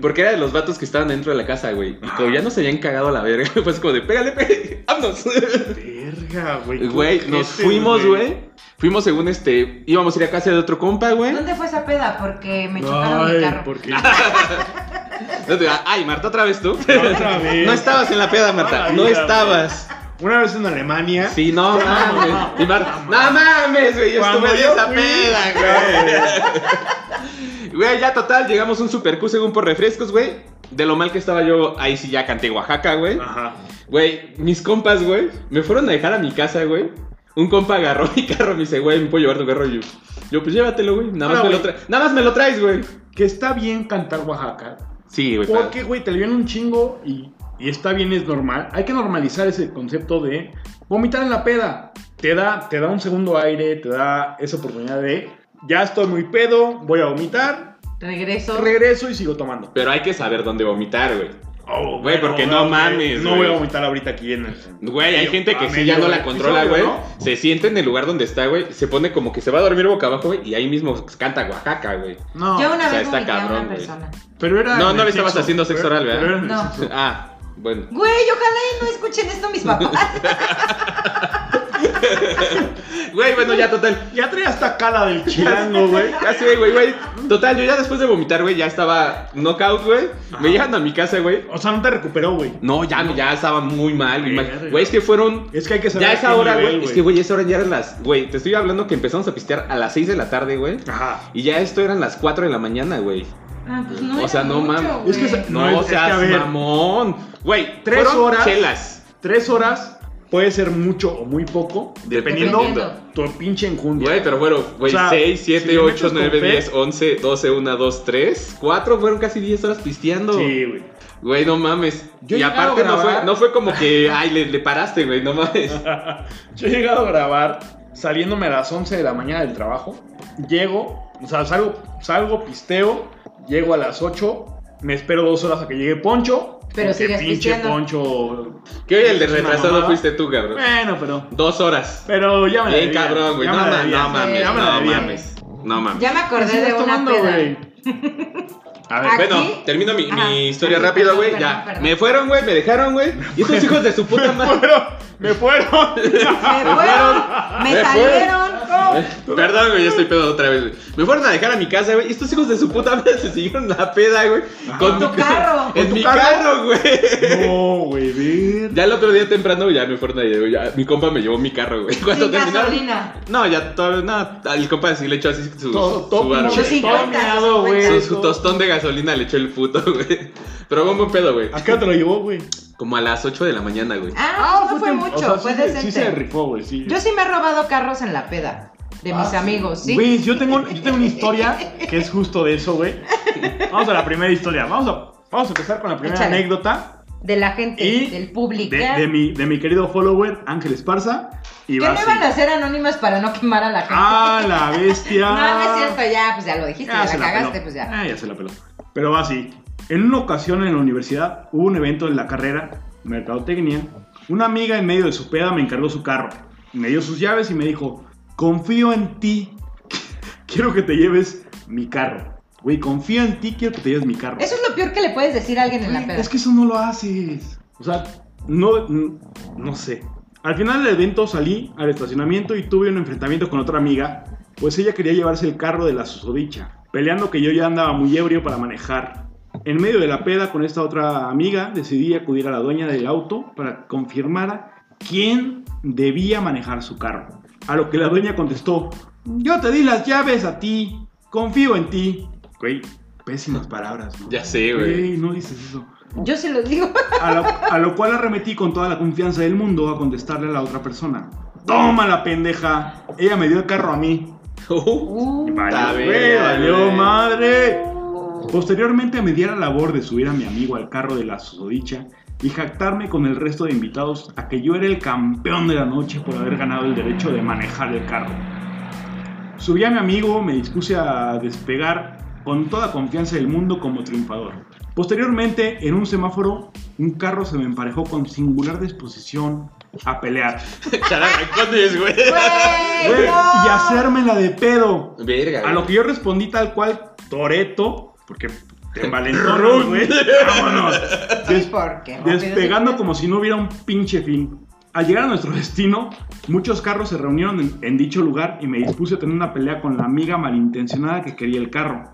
C: Porque era de los vatos que estaban dentro de la casa, güey. Y como ya nos habían cagado a la verga, pues como de, pégale, pégale, vámonos.
A: Verga, güey.
C: Güey, nos fuimos, güey. Fuimos según este, íbamos a ir a casa de otro compa, güey.
B: ¿Dónde fue esa peda? Porque me chocaron mi
A: Ay,
B: carro.
A: porque
C: Ay, Marta, otra vez tú.
A: Otra vez.
C: No estabas en la peda, Marta.
A: Ay,
C: No ¿Eh?
A: ya,
C: estabas.
A: una vez en Alemania.
C: Sí, no mames. Y Marta, no mames, güey. Yo
A: Cuando
C: estuve en
A: yo
C: esa
A: fui.
C: peda, güey. Güey, ya total, llegamos a un supercú según por refrescos, güey. De lo mal que estaba yo, ahí sí ya canté Oaxaca, güey.
A: Ajá.
C: Güey, mis compas, güey, me fueron a dejar a mi casa, güey. Un compa agarró mi carro y me dice, güey, me puedo llevar tu carro. Y yo, yo pues llévatelo, güey. Nada, más
A: Ahora,
C: me lo
A: güey.
C: tra- nada más me lo traes, güey.
A: Que está bien cantar Oaxaca.
C: Sí, güey. pero-
A: Porque, güey, te lo vienen un chingo y, y está bien, es normal. Hay que normalizar ese concepto de vomitar en la peda. Te da, te da un segundo aire, te da esa oportunidad de ya estoy muy pedo, voy a vomitar,
B: Regreso.
A: regreso y sigo tomando.
C: Pero hay que saber dónde vomitar, güey.
A: Oh,
C: Güey, porque no
A: güey,
C: mames,
A: No
C: güey.
A: voy a vomitar ahorita aquí en el.
C: Güey, hay
A: Sí,
C: gente
A: a
C: que sí
A: medio
C: ya no la
A: episodio,
C: controla, güey.
A: ¿no?
C: Se siente en el lugar donde está, güey. Se pone como que se va a dormir boca abajo, güey. Y ahí mismo canta Oaxaca, güey.
A: No.
B: Yo una
C: o sea,
B: vez
C: está
B: vomité a
C: cabrón,
B: una
C: güey.
B: persona.
A: Pero era.
C: No,
A: en
C: no
A: el
C: le estabas
A: sexo,
C: haciendo sexo
A: pero-
C: oral, ¿verdad?
A: pero era en el
B: No.
A: sexo.
C: Ah, bueno.
B: Güey, ojalá y no escuchen esto mis papás.
C: Güey, bueno, ya total.
A: Ya traía hasta cara del chilango, güey.
C: Ya sé, güey, güey. Total, yo ya después de vomitar, güey, ya estaba knockout, güey. Me llegan a mi casa, güey.
A: O sea, no te recuperó, güey.
C: No, ya, ya estaba muy mal.
A: Verga.
C: imag- Güey, es que fueron.
A: Es que hay que saber.
C: Ya
A: a
C: es
A: qué
C: ahora,
A: nivel,
C: güey. Es que, güey, esa hora ya eran las. Güey, te estoy hablando que empezamos a pistear a las 6 de la tarde, güey.
A: Ajá.
C: Y ya esto eran las 4 de la mañana, güey.
B: Ah, pues no
C: O sea,
B: era
C: no
B: mucho,
C: mames.
B: güey.
A: Es que esa-
C: No,
A: No, es-
C: o
A: es que,
C: sea,
A: a ver.
C: mamón. Güey,
A: Tres
C: fueron
A: horas.
C: Chelas.
A: Tres horas puede ser mucho o muy poco, dependiendo,
B: Dependiendo.
A: tu pinche enjundia.
C: Güey, pero bueno, güey,
A: O sea,
C: 6,
A: si
C: 7,
A: le metes
C: 8, 9,
A: con fe-
C: 10, 11, 12, 1, 2, 3, 4, fueron casi 10 horas pisteando.
A: Sí, güey.
C: Güey, no mames.
A: Yo he
C: y
A: llegado
C: aparte
A: a
C: no fue,
A: grabar.
C: no fue como que, ay, le, le paraste, güey, no mames.
A: Yo he llegado a grabar saliéndome a las 11 de la mañana del trabajo. Llego, o sea, salgo, salgo pisteo, llego a las 8, me espero dos horas a que llegue Poncho.
B: Pero
A: porque
B: sigues
A: pinche
B: pisteando.
A: Poncho.
C: Que hoy el de
A: Es una
C: retrasado
A: mamada.
C: fuiste tú, cabrón.
A: Bueno, pero.
C: Dos horas.
A: Pero ya me la
C: Bien
A: debían,
C: cabrón, güey.
A: ya
C: No,
A: me la
C: ma- no
A: debían,
C: mames,
A: ya me la
C: no
A: debían.
C: mames. No mames.
B: Ya me
A: ¿Qué
B: acordé
A: sigues
B: de una
A: tomando,
B: peda.
A: güey? A ver,
B: Aquí-
C: Bueno, termino mi,
B: Ajá.
C: mi historia
B: Perdón,
C: rápido, güey.
B: perdón,
C: Ya.
B: perdón.
C: Me fueron, güey, me dejaron, güey. Y estos hijos de su puta
A: me
C: madre.
A: fueron, me fueron.
C: Ah,
B: Me fueron, me
C: me
B: salieron. ¿cómo?
C: Perdón, güey, yo estoy pedo otra vez, güey. Me fueron a dejar a mi casa, güey. y Estos hijos de su puta madre se siguieron la peda, güey. Con
B: tu carro.
C: En
A: ¿Con tu
C: mi
A: carro?
C: carro, güey.
A: No, güey, ver.
C: Ya el otro día temprano ya me fueron a güey, ya, Mi compa me llevó mi carro, güey. Cuando
B: Sin
C: terminaron-
B: gasolina.
C: No, ya todavía nada. Al compa sí le echó así su,
A: Todo,
C: su
A: todo,
C: bar,
A: pinche
B: Sus
C: güey.
A: todo
B: 50,
A: meado,
B: sus
A: güey.
B: 50.
C: Su, su tostón de gasolina le echó el puto, güey. Pero fue un buen pedo, güey.
A: ¿A qué hora te lo llevó, güey?
C: Como a las 8 de la mañana, güey.
B: Ah, no fue
A: tem-
B: mucho,
A: o sea,
B: fue
A: sí, se-
B: decente.
A: Sí se rifó, güey, sí.
B: Yo sí me he robado carros en la peda de mis
A: Ah,
B: amigos, ¿sí?
A: Güey, yo tengo, yo tengo una historia que es justo de eso, güey. Vamos a la primera historia. Vamos a, vamos a empezar con la primera
B: Échale.
A: anécdota
B: De la gente,
A: y
B: del
A: de,
B: público.
A: de mi, de mi querido follower, Ángel Esparza. Y
B: ¿Qué
A: va
B: me
A: así.
B: van a hacer anónimas para no quemar a la gente?
A: ¡Ah, la bestia!
B: no, no es cierto, ya, pues ya lo dijiste,
A: Ya
B: ya
A: se
B: la
A: la
B: cagaste,
A: peló.
B: pues ya.
A: Ah, ya se la peló. Pero va así. En una ocasión en la universidad hubo un evento en la carrera, mercadotecnia. Una amiga en medio de su peda me encargó su carro. Me dio sus llaves y me dijo, confío en ti. Quiero que te lleves mi carro. Güey, confío en ti, quiero que te lleves mi carro.
B: Eso es lo peor que le puedes decir a alguien en la
A: Güey,
B: peda.
A: Es que eso no lo haces. O sea, no, n- no sé. Al final del evento salí al estacionamiento y tuve un enfrentamiento con otra amiga, pues ella quería llevarse el carro de la susodicha, peleando que yo ya andaba muy ebrio para manejar. En medio de la peda con esta otra amiga, decidí acudir a la dueña del auto para que confirmara quién debía manejar su carro. A lo que la dueña contestó, yo te di las llaves a ti, confío en ti. Güey, pésimas palabras. ¿no?
C: Ya sé, güey.
A: Ey, no dices eso.
B: Yo se lo digo.
A: A lo, a lo cual arremetí con toda la confianza del mundo a contestarle a la otra persona. Toma la pendeja. Ella me dio el carro a mí.
B: Uh,
C: Puta
A: Valió, güey,
C: verga,
A: valió
C: güey.
A: madre. Posteriormente me di a la labor de subir a mi amigo al carro de la susodicha y jactarme con el resto de invitados a que yo era el campeón de la noche por haber ganado el derecho de manejar el carro. Subí a mi amigo, me dispuse a despegar con toda confianza del mundo como triunfador. Posteriormente, en un semáforo, un carro se me emparejó con singular disposición a pelear
C: Chararacones, güey.
A: Güey,
B: güey, no.
A: y hacérmela de pedo.
C: Verga.
A: A lo que yo respondí tal cual, Toreto, porque te envalentonas, güey. Vámonos.
B: Sí,
A: Des-
B: porque rápido se
A: despegando
B: fue.
A: como si no hubiera un pinche fin. Al llegar a nuestro destino, muchos carros se reunieron en, en dicho lugar y me dispuse a tener una pelea con la amiga malintencionada que quería el carro.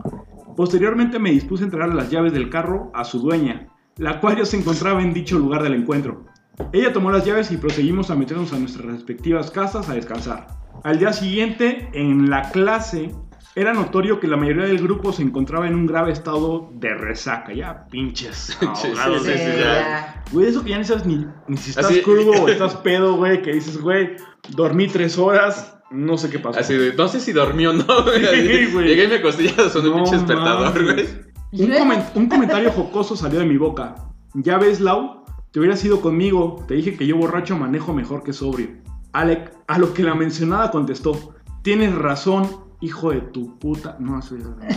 A: Posteriormente me dispuse a entregar las llaves del carro a su dueña, la cual ya se encontraba en dicho lugar del encuentro. Ella tomó las llaves y proseguimos a meternos a nuestras respectivas casas a descansar. Al día siguiente, en la clase, era notorio que la mayoría del grupo se encontraba en un grave estado de resaca. Ya, pinches.
C: sí,
A: ahogados
C: sí,
A: de
C: sí,
B: Sí,
A: ya.
B: ya.
A: Güey, eso que ya ni sabes ni, ni si estás
C: Así-
A: crudo o estás pedo, güey, que dices, güey, dormí tres horas, no sé qué pasó.
C: Así de, no sé si dormí o no, güey.
A: Sí,
C: Así,
A: güey.
C: Llegué y me acosté ya son un
A: No
C: pinche despertador,
A: mames.
C: güey.
A: Un, comen- un comentario jocoso salió de mi boca. Ya ves, Lau, te hubieras ido conmigo, te dije que yo borracho manejo mejor que sobrio. Alec, a lo que la mencionada contestó, tienes razón, hijo de tu puta... No, eso ya-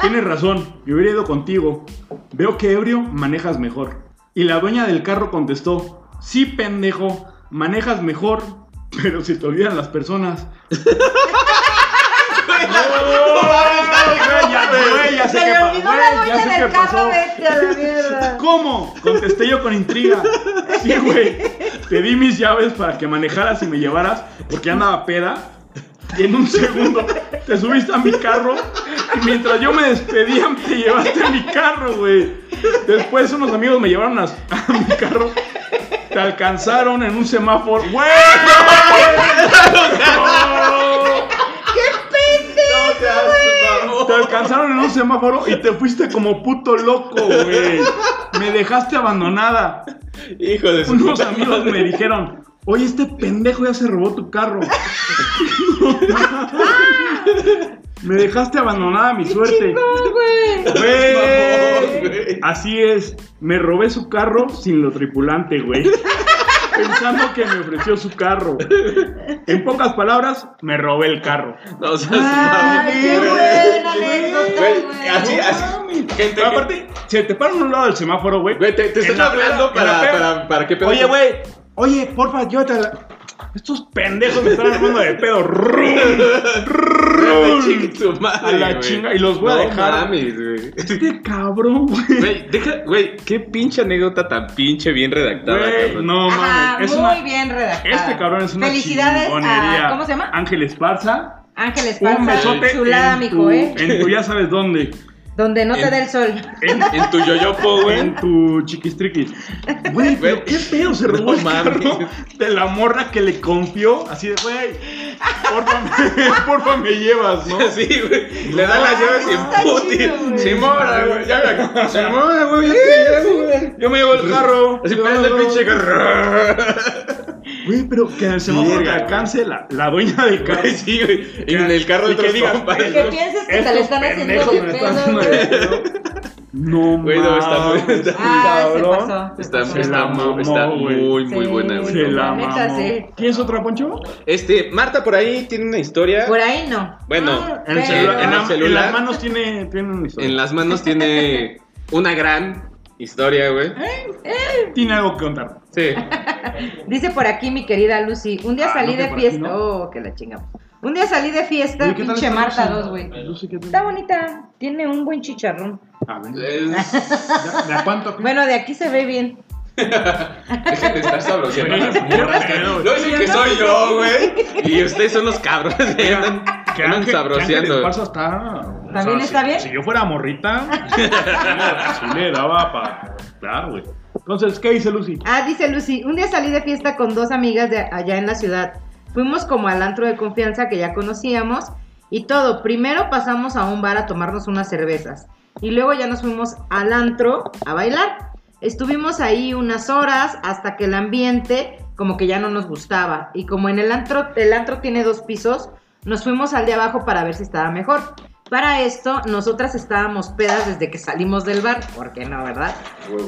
A: Tienes razón, me hubiera ido contigo. Veo que ebrio manejas mejor. Y la dueña del carro contestó, sí, pendejo, manejas mejor, pero si te olvidan las personas... Güey, ya, güey, ya sé
B: Se
A: qué
B: le
A: pa-
B: olvidó
A: güey, ya
B: la dueña
A: sé
B: del
A: qué
B: carro,
A: pasó.
B: vete a la mierda.
A: ¿Cómo? Contesté yo con intriga. Sí, güey. Te di mis llaves para que manejaras y me llevaras porque ya andaba peda. Y en un segundo te subiste a mi carro. Y mientras yo me despedía, te llevaste mi carro, güey. Después unos amigos me llevaron a, a mi carro. Te alcanzaron en un semáforo. ¡Güey!
C: No seas
A: Te
C: mamón.
A: alcanzaron en un semáforo y te fuiste como puto loco, güey. Me dejaste abandonada.
C: Hijo de su
A: Unos
C: puta
A: amigos
C: madre.
A: me dijeron, oye, este pendejo ya se robó tu carro. me dejaste abandonada a mi suerte.
B: No, güey.
A: Güey.
C: Mamón, güey.
A: Así es, me robé su carro sin lo tripulante, güey. Pensando que me ofreció su carro. En pocas palabras, me robé el carro.
C: No seas
B: Ay,
C: mamón,
B: qué
C: güey.
B: buena
C: Güey,
B: anécdota, güey.
C: así, así. Gente,
A: Pero aparte, se te paran a un lado del semáforo, güey.
C: Güey, te, te
A: En
C: están
A: la
C: hablando
A: peda, en la
C: para,
A: peda.
C: para, para qué pedo.
A: Oye, güey. Oye, porfa, yo te la... Estos pendejos me están armando de pedo. Rum, rum.
C: Chingue su
A: A
C: madre,
A: la
C: güey.
A: chinga. Y los voy
C: no
A: a dejar.
C: mames, güey.
A: Este cabrón, güey.
C: Güey, deja, güey, qué pinche anécdota tan pinche bien redactada.
A: Güey,
C: cabrón.
A: no
B: Ajá,
A: mames. Es
B: muy
A: una-
B: bien redactada.
A: Este cabrón es una
B: Felicidades
A: chingonería.
B: a, ¿cómo se llama?
A: Ángel Esparza.
B: Ángel
A: Un
B: Esparza,
A: besote.
B: chulada,
A: en
B: mijo,
A: tu-
B: ¿eh?
A: En tu ya sabes dónde.
B: Donde no
C: en-
B: te dé el sol.
A: En,
C: En tu yoyopo, güey.
A: en tu chiquistriquis. Güey, pero
C: Güey.
A: qué pedo se robó
C: No
A: el carro
C: mames.
A: de la morra que le confió. Así de, güey, porfa, me- porfa me llevas, ¿no?
C: Sí, güey. Le da las llaves y
B: Está
C: puti.
B: chido, güey.
C: Se mora, güey. Ya me Se mora, güey. ya te llevo, güey.
A: Yo me llevo el carro.
C: Así prende el pinche carro.
A: Güey, pero que en el semáforo te
C: Verga,
A: alcance la, la dueña del carro.
C: Güey, sí, güey.
A: Que-
C: En el carro de
A: y que
C: otros
A: digas,
C: compas,
A: "Estos-
B: Que
C: güey.
B: pienses que te
A: estos
B: le están haciendo
A: pendejos
B: de
A: me están
B: pedo,
A: haciendo
B: güey.
A: de pedo". No,
C: Güey, no, está muy-
A: mames,
C: está-
B: Ah, se
A: cabrón.
B: pasó. se
C: Está,
B: pasó.
A: Se la
C: está,
A: mamó,
C: muy, está
A: güey.
C: muy, muy
B: Sí.
C: buena,
A: Se
C: güey.
A: la
B: Neta,
A: mamó.
B: sí.
A: ¿Tienes otra, Poncho?
C: Este, Marta por ahí tiene una historia.
B: Por ahí no.
C: Bueno,
B: Ah,
A: En, el
B: pero-
A: celular- en la-
C: el celular.
A: en las manos tiene, tiene una historia.
C: En las manos tiene una gran historia, güey.
A: Tiene algo que contar.
C: Sí.
B: Dice por aquí mi querida Lucy, un día
A: Ah,
B: salí
A: no, que
B: de
A: por aquí
B: fiesta,
A: no.
B: oh, que la chingamos. Un día salí de fiesta,
A: Oye, ¿qué tal
B: pinche
A: está
B: Marta
A: Lucy?
B: 2, güey.
A: Lucy, ¿qué tal?
B: Está bonita, tiene un buen chicharrón.
A: A ver.
C: Es-
A: ¿De- ¿De a cuánto?
B: Bueno, de aquí se ve bien.
C: Dejen de estar sabroseando.
A: Güey,
C: No dicen que soy yo, güey. Y ustedes son los cabrones que andan,
A: Que
C: andan
A: Ángel- que Ángel
C: sabroseando.
A: Esparza está. o
B: ¿También
A: si-
B: está bien?
A: Si yo fuera morrita, sí le daba para. Claro, güey. Entonces, ¿qué dice Lucy?
B: Ah, dice Lucy, un día salí de fiesta con dos amigas de allá en la ciudad. Fuimos como al antro de confianza que ya conocíamos y todo. Primero pasamos a un bar a tomarnos unas cervezas y luego ya nos fuimos al antro a bailar. Estuvimos ahí unas horas hasta que el ambiente como que ya no nos gustaba y como en el antro, el antro tiene dos pisos, nos fuimos al de abajo para ver si estaba mejor. Para esto, nosotras estábamos pedas desde que salimos del bar, ¿por qué no, verdad?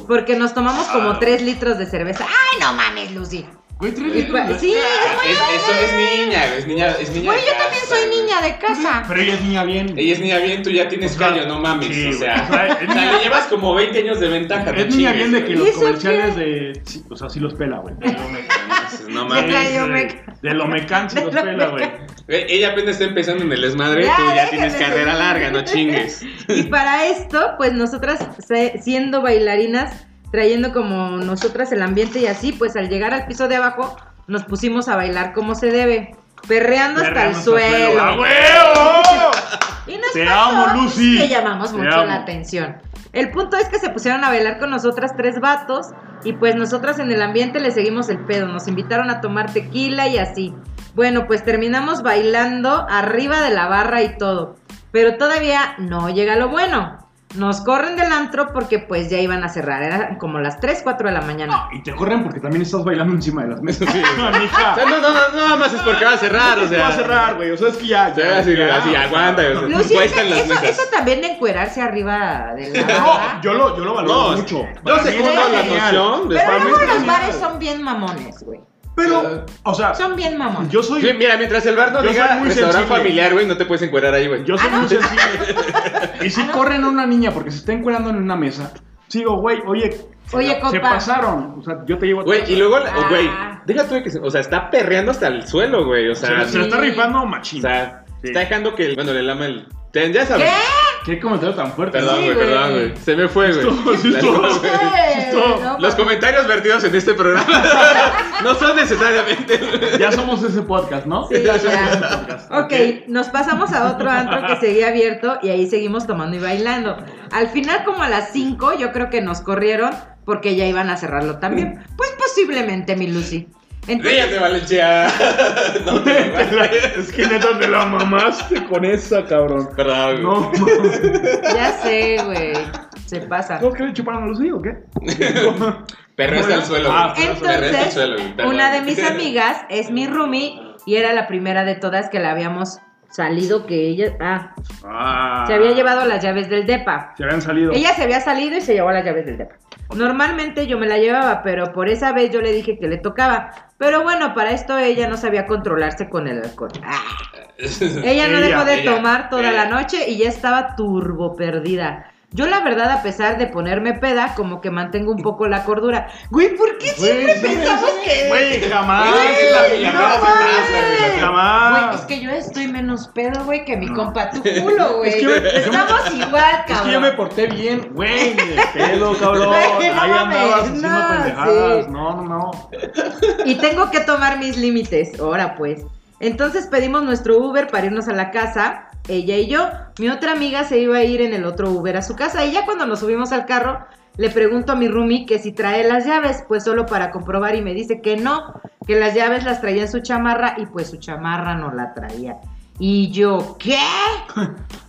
B: Porque nos tomamos como
C: Ah.
B: 3 litros de cerveza. ¡Ay, no mames, Lucy!
A: Güey, tres
B: Y cua- Sí, es muy
C: Es- eso
B: buena.
C: es niña, güey, es niña, es niña.
B: Güey,
C: de
B: yo
C: casa,
B: también soy
C: güey.
B: niña de casa.
A: Pero ella es niña bien.
C: Ella es niña bien, tú ya tienes
A: O sea,
C: callo, no mames.
A: sí,
C: o
A: güey.
C: sea,
A: O sea, es
C: o sea,
A: niña-
C: le llevas como 20 años de ventaja. no
A: Es niña bien de
C: chingues,
A: que
B: ¿Y
A: los
B: eso
A: comerciales de. sí, O sea, sí los pela, güey. De Lomecán.
C: güey. No
B: Ya trae
C: mames.
B: yo meca.
A: De Lomecán sí
B: De
A: los pela,
B: Lomecán.
A: güey.
C: Güey, Ella apenas está empezando en el desmadre,
B: Ya,
C: tú ya
B: déjenme
C: tienes carrera
B: seguir.
C: larga, no chingues.
B: Y para esto, pues nosotras se- siendo bailarinas, trayendo como nosotras el ambiente y así, pues al llegar al piso de abajo, nos pusimos a bailar como se debe, perreando hasta el
A: Perreando
B: suelo.
A: ¡A huevo!
B: Y nos
A: Te
B: pasó,
A: amo,
B: pues,
A: Lucy.
B: Que llamamos
A: Te
B: mucho
A: amo.
B: la atención. El punto es que se pusieron a bailar con nosotras tres vatos y pues nosotras en el ambiente le seguimos el pedo. Nos invitaron a tomar tequila y así. Bueno, pues terminamos bailando arriba de la barra y todo. Pero todavía no llega lo bueno. Nos corren del antro porque pues ya iban a cerrar. Eran como las 3, 4 de la mañana.
A: Y te corren porque también estás bailando encima de las mesas.
C: Sí. O
A: Mija,
C: sea, no, no, no, nada más es porque va a cerrar, o sea.
A: va a cerrar, güey. O sea, es que ya.
C: O sea, así,
A: ya.
C: así, aguanta, güey. o sea,
B: Lucy,
C: cuestan las
B: eso,
C: mesas.
B: eso también de encuerarse arriba de la barra.
A: No, yo lo, yo lo valoro
C: No,
A: mucho.
C: Yo
A: Para mí es
C: segundo la
A: genial.
C: noción. de
B: Pero
C: Spam
B: luego
C: es
B: los
C: genial.
B: bares son bien mamones, güey.
A: Pero, o sea,
B: Son bien mamones.
A: yo soy.
C: Sí, Mira, mientras el bar no
A: Yo soy
C: diga
A: muy
C: restaurante
A: sensible.
C: familiar, güey, no te puedes encuerar ahí, güey.
A: Yo soy
B: Ah,
A: muy
B: ¿no?
A: sensible. Y si corren a una niña porque se está encuerando en una mesa, sigo, güey, oye.
B: Oye,
A: Se
B: compa.
A: pasaron. O sea, yo te llevo. a tu
C: Güey,
A: casa.
C: y luego, la-
B: Ah.
C: güey, deja tú de que, se- o sea, está perreando hasta el suelo, güey, o
A: Se, la-
C: sea,
A: se la está
B: Sí.
A: rifando
C: o
A: machín.
C: sea,
A: Sí.
C: está dejando que, el- bueno, le lama el, te- ya sabes.
B: ¿Qué?
A: Qué comentario tan fuerte.
C: Perdón,
B: Sí,
C: güey,
B: güey.
C: perdón, güey, se me fue, güey.
A: Estuvo- sí,
C: La-
A: estuvo-
C: güey.
B: Güey.
A: Exacto.
B: No, pues,
C: Los comentarios vertidos en este programa no son necesariamente.
A: Ya somos ese podcast, ¿no?
B: Sí,
A: Ya somos
B: ya.
A: ese podcast.
B: Ok, nos pasamos a otro antro que seguía abierto y ahí seguimos tomando y bailando. Al final, como a las 5, yo creo que nos corrieron porque ya iban a cerrarlo también. Pues posiblemente, mi Lucy. Entonces,
C: Ríete, Valencia. No te
A: Es que neta te la mamaste con esa, cabrón.
C: Perdón, güey.
A: No, mames.
B: ya sé, güey. Se pasa.
A: ¿No quieres chupar a Lucía o qué?
C: Perreo hasta el suelo.
A: Ah,
C: güey.
A: Entonces,
C: Perreo hasta el suelo, güey. Perdón.
B: Una de mis amigas es mi roomie y era la primera de todas que la habíamos salido que ella... Ah,
A: Ah.
B: se había llevado las llaves del DEPA.
A: Se habían salido.
B: Ella se había salido y se llevó las llaves del depa. Normalmente yo me la llevaba, pero por esa vez yo le dije que le tocaba. Pero bueno, para esto ella no sabía controlarse con el alcohol. Ah. Ella no
A: Ella,
B: dejó de
C: ella,
B: tomar toda la
C: ella.
B: noche y ya estaba turbo perdida. Yo la verdad, a pesar de ponerme peda, como que mantengo un poco la cordura. Güey, ¿por qué siempre
A: Güey,
B: pensamos que...
A: Güey, jamás.
C: Güey,
A: Ah, la vida,
C: no
A: jamás,
B: mames.
A: güey,
B: Güey,
A: Jamás.
B: es que yo estoy menos pedo, güey, que mi
A: No.
B: compa tu culo, güey.
A: Es que yo me-
B: Estamos igual,
A: Es
B: cabrón.
A: que yo me porté bien, güey, de pedo, cabrón.
B: Güey, no
A: Ahí andabas
B: mames,
A: haciendo
B: no,
A: pendejadas.
B: sí.
A: No, no, no.
B: Y tengo que tomar mis límites, ahora pues. Entonces pedimos nuestro Uber para irnos a la casa, ella y yo. Mi otra amiga se iba a ir en el otro Uber a su casa. Y ya cuando nos subimos al carro, le pregunto a mi roomie que si trae las llaves, pues solo para comprobar y me dice que no, que las llaves las traía en su chamarra y pues su chamarra no la traía. Y yo, ¿qué? ¿Qué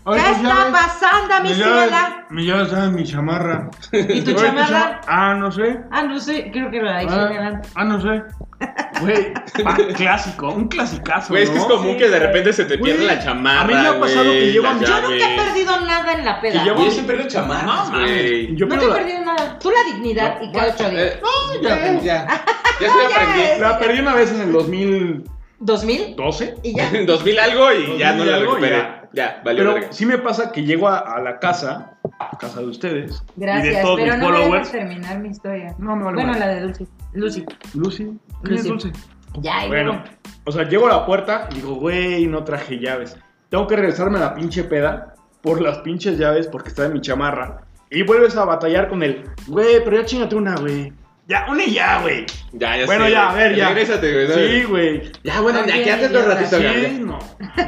A: Oye, pues,
B: está
A: ¿sabes?
B: pasando, mi
A: Mi llave,
B: ciela?
A: pues mi llave estaba en mi chamarra.
B: ¿Y tu
A: Oye,
B: chamarra?
A: chama- Ah, no sé.
B: Ah, no sé, creo que la dejé en el
A: Ah,
B: antro.
A: ah, no sé. Güey, ah, clásico, un clasicazo.
C: Güey, es que es
A: ¿no?
C: común
B: Sí,
C: que de
B: güey.
C: repente se te
A: Güey,
C: pierde la chamarra.
A: a mí me ha pasado
C: güey,
A: que llevo-
C: las
B: Yo nunca he
C: llaves.
B: perdido nada en la peda.
A: Y yo-
C: Güey, yo siempre he chamarras,
A: No, mames.
C: güey.
A: Yo
B: no te
A: creo
B: he
A: la-
B: perdido nada. Tú la dignidad y cada ocho días.
C: Eh,
A: No,
C: Ya,
A: ya.
C: ya. Ya estoy aprendiendo.
A: La perdí una vez en el 2012.
B: ¿Dos mil? Y ya.
C: En 2000 algo y ya
A: 2000
C: no la
A: algo y
C: recuperé.
A: ya.
C: Ya, valió
A: Pero
C: verga.
A: sí me pasa que llego a, a la casa, a casa de ustedes. Y de
B: Gracias,
A: todos
B: pero
A: mis
B: no me dejas
A: followers.
B: terminar mi historia.
A: No me vale.
B: bueno,
A: madre.
B: la de Dulce. Lucy.
A: Lucy, ¿quién es
B: Lucy.
A: Dulce?
B: Ya, y
A: Bueno,
B: luego.
A: o sea, llego a la puerta y digo, güey, no traje llaves. Tengo que regresarme a la pinche peda por las pinches llaves porque está en mi chamarra. Y vuelves a batallar con él. Güey, pero ya chingate una, güey. Ya, una y ya, güey.
C: Ya, ya
A: Bueno,
C: sé,
A: ya, a
C: güey.
A: ver, ya.
C: Regrésate, güey.
A: Sí, güey.
C: Ya, bueno, ya
B: También,
C: quédate otro
B: idiota.
C: ratito,
A: Sí,
C: güey.
A: no.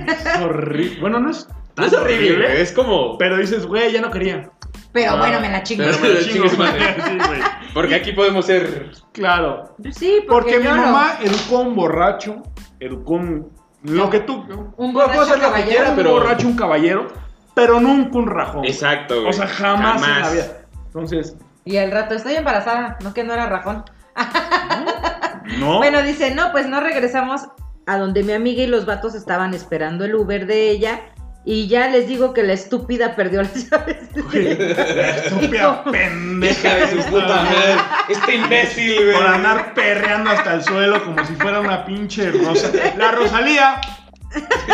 A: Es horrible. Bueno, no es
C: No es horrible, güey, Es como.
A: Pero dices, güey, ya no quería.
B: Pero
A: Ah,
B: bueno, me la chingo.
C: pero me la chingo, madre.
A: Sí, güey.
C: Porque aquí podemos ser.
A: Claro.
B: Sí, porque,
A: Porque mi
B: yo no.
A: mamá educó a un borracho, educó a un... Lo que tú...
B: Un
C: Puedo-
B: borracho
C: puedo hacer lo que
B: caballero.
C: quiera,
A: un
C: pero-
A: borracho, un caballero, pero nunca un rajón. güey.
C: Exacto, güey.
A: O sea, jamás, en la vida. Entonces,
B: Y al rato, estoy embarazada. No, que no era rajón.
A: no.
B: Bueno, dice, no, pues no regresamos a donde mi amiga y los vatos estaban esperando el Uber de ella. Y ya les digo que la estúpida perdió las llaves.
A: Güey, la estúpida pendeja
C: Hija de su puta madre. Este imbécil, güey.
A: Por andar perreando hasta el suelo como si fuera una pinche rosa. La Rosalía.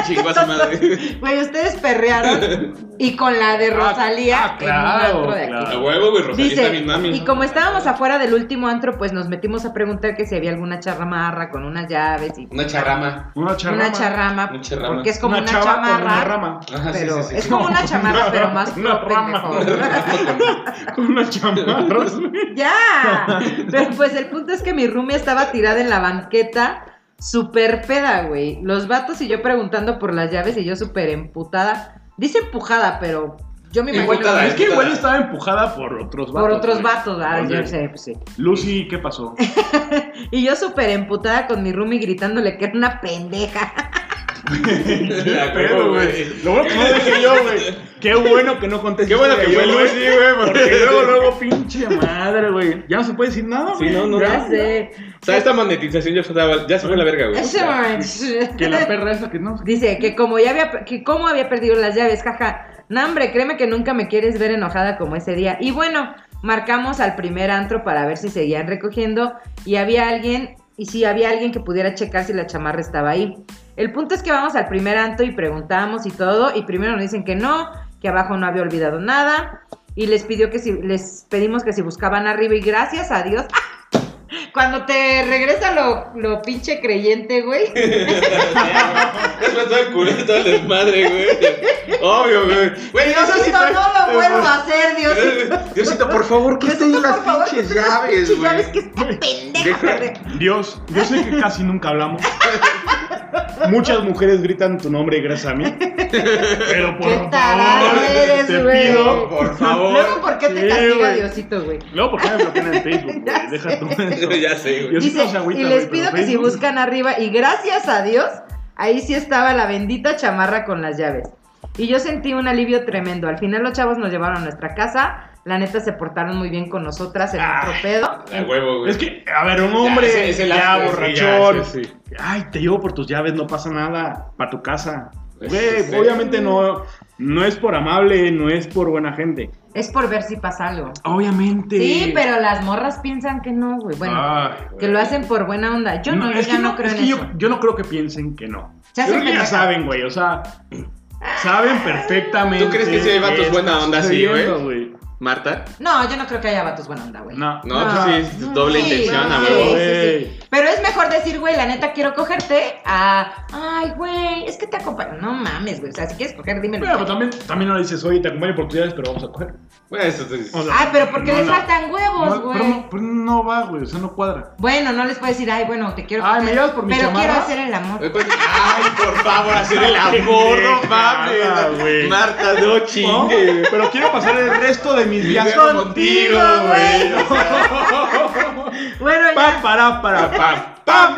C: Chingó a su madre.
B: Güey, ustedes perrearon y con la de Rosalía
A: ah, claro,
B: en un antro de aquí.
A: claro.
C: A huevo, güey. Rosalía está
B: Dice,
C: bien mami.
B: y como estábamos afuera del último antro, pues nos metimos a preguntar que si había alguna charramarra con unas llaves y
C: Una charrama.
A: Una charrama.
B: una charrama,
C: Un charrama.
B: porque es como una,
A: chava con
B: chamarra,
A: una rama.
C: Ajá, sí,
B: pero
C: sí, sí.
B: es como una chamarra, pero más
A: Una
B: pro,
A: rama.
B: pendejo.
A: Con una chamarra.
B: Ya, pero pues el punto es que mi roomie estaba tirada en la banqueta, súper peda, güey. Los vatos y yo preguntando por las llaves y yo súper emputada. Dice empujada, pero yo me imagino
C: Emputada,
A: Es que igual estaba empujada por otros vatos.
B: por otros
A: güey.
B: vatos. ah,
A: Oye,
B: yo sé, pues sí.
A: Lucy, ¿qué pasó?
B: Y yo súper emputada con mi roomie gritándole que era una pendeja.
C: La
A: Pero,
C: huevo,
A: güey. Lo bueno que no dije yo, güey. Qué bueno que no contesté.
C: Qué bueno que fue Lucy, güey.
A: Porque luego, luego, pinche madre, güey. Ya no se puede decir nada,
C: Sí,
A: güey.
C: no, no,
A: Ya.
B: Ya sé.
C: O sea, esta monetización ya, fue- ya se fue a la verga, güey.
B: Ese man-
A: Que la perra esa que no.
B: Dice que como ya había, que cómo había perdido las llaves, jaja. No, hombre, créeme que nunca me quieres ver enojada como ese día. Y bueno, marcamos al primer antro para ver si seguían recogiendo y había alguien, y si había alguien que pudiera checar si la chamarra estaba ahí. El punto es que vamos al primer antro y preguntamos y todo, y primero nos dicen que no, que abajo no había olvidado nada, y les pidió que si, les pedimos que si buscaban arriba y gracias a Dios, ¡ah! Cuando te regresa lo, lo pinche creyente, güey.
C: Has todo el culo todo el desmadre, güey. Obvio, güey. Güey, no sé si
B: Diosito,
C: trae-
B: no
A: este
B: lo vuelvo a hacer, Diosito.
C: Diosito, por favor, que estén
B: Diosito,
C: las
B: por favor,
C: pinches
B: que te-
C: llaves,
B: pinches
C: güey.
B: llaves que está pendeja,
C: Deja-
B: güey.
A: Dios, yo sé que casi nunca hablamos. Muchas mujeres gritan tu nombre gracias a mí. Pero por
B: Qué tarado
A: favor,
B: eres,
A: te
B: güey.
A: pido.
C: Por favor.
B: Luego, ¿por qué te
A: Sí,
B: castiga
A: güey.
B: Diosito, güey?
A: Luego, ¿por qué me bloquean en Facebook,
B: Ya
A: güey? Deja tú eso.
C: Ya sé, güey.
A: Yo sí
B: Dice,
A: paso agüita,
B: y
A: güey,
B: les
A: pero
B: pido que si
A: Facebook.
B: buscan arriba, y gracias a Dios, ahí sí estaba la bendita chamarra con las llaves. Y yo sentí un alivio tremendo. Al final los chavos nos llevaron a nuestra casa. La neta se portaron muy bien con nosotras en nuestro
A: Ay,
B: pedo.
C: A huevo, güey.
A: Es que, a ver, un hombre ya,
C: ese- ese lazo, sí, ya,
A: borrachón.
C: sí, sí.
A: Ay, te llevo por tus llaves, no pasa nada. Para tu casa.
C: Pues, mm.
A: Güey,
C: sí.
A: obviamente no, no es por amable, no es por buena gente.
B: Es por ver si pasa algo.
A: Obviamente.
B: Sí, pero las morras piensan que no, güey. Bueno,
A: Ay,
B: que lo hacen por buena onda. Yo no, yo
A: Ah, es
B: ya
A: que
B: no creo
A: es
B: en
A: que
B: eso.
A: Yo, yo no creo que piensen que no.
B: Se
A: Yo creo
B: hacen
A: que ya
B: pendejos.
A: saben, güey, o sea, saben perfectamente.
C: ¿Tú crees que sí hay vatos
A: qué
C: buena
A: está
C: onda así,
A: sucediendo, güey?
C: Marta.
B: No, yo no creo que haya vatos buena onda, güey.
A: No.
C: No, pues sí, es doble
B: Ah. Sí,
C: intención, a
B: sí,
C: huevo.
B: sí,
A: Güey.
B: sí. Pero es mejor decir, güey, la neta quiero cogerte a. Ay, güey, es que te acompaño. No mames, güey. O sea, si quieres coger, dímelo.
A: Bueno, pero pues, también, también no le dices, oye, te acompaño por tus llaves, pero vamos a coger.
C: Bueno, eso es.
A: O sea,
B: Ay, pero porque
A: no,
B: les
A: no.
B: faltan huevos,
A: No, pero
B: Pues, güey.
A: no, pero pues, no va, güey, o sea, no cuadra.
B: Bueno, no les puedo decir, ay, bueno, te quiero
A: Ay,
B: coger.
A: ¿me llevas por mi
B: Pero
A: chamarra?
B: quiero hacer el amor.
C: Después- Ay, por favor, hacer el amor, no
A: Nada, güey.
C: mames. Marta, no
A: No,
C: chingue.
A: pero quiero pasar el resto de mis días
C: Contigo,
A: contigo,
B: güey.
A: güey.
C: Eh,
B: Bueno,
A: Pam,
B: ya.
A: para, para, pam, pam.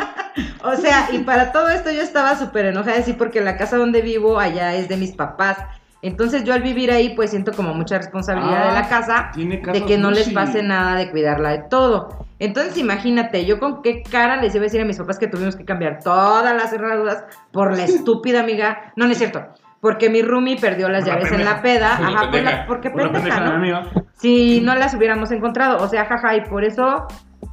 B: O sea, y para todo esto yo estaba súper enojada, sí, porque la casa donde vivo allá es de mis papás. Entonces yo al vivir ahí, pues siento como mucha responsabilidad
A: Ah,
B: de la casa.
A: Tiene
B: de
A: casas
B: que no les
A: este Gucci.
B: pase nada de cuidarla de todo. Entonces imagínate, yo con qué cara les iba a decir a mis papás que tuvimos que cambiar todas las cerraduras por la estúpida amiga. No, no es cierto. Porque mi roomie perdió las
A: Por la
B: llaves en la peda.
C: Por la
B: Ajá, por la-
C: pendeja.
B: porque
A: Por la
B: pendeja,
A: pendeja de mi
B: ¿no?
A: amiga.
B: Si no las hubiéramos encontrado. O sea, jaja, y por eso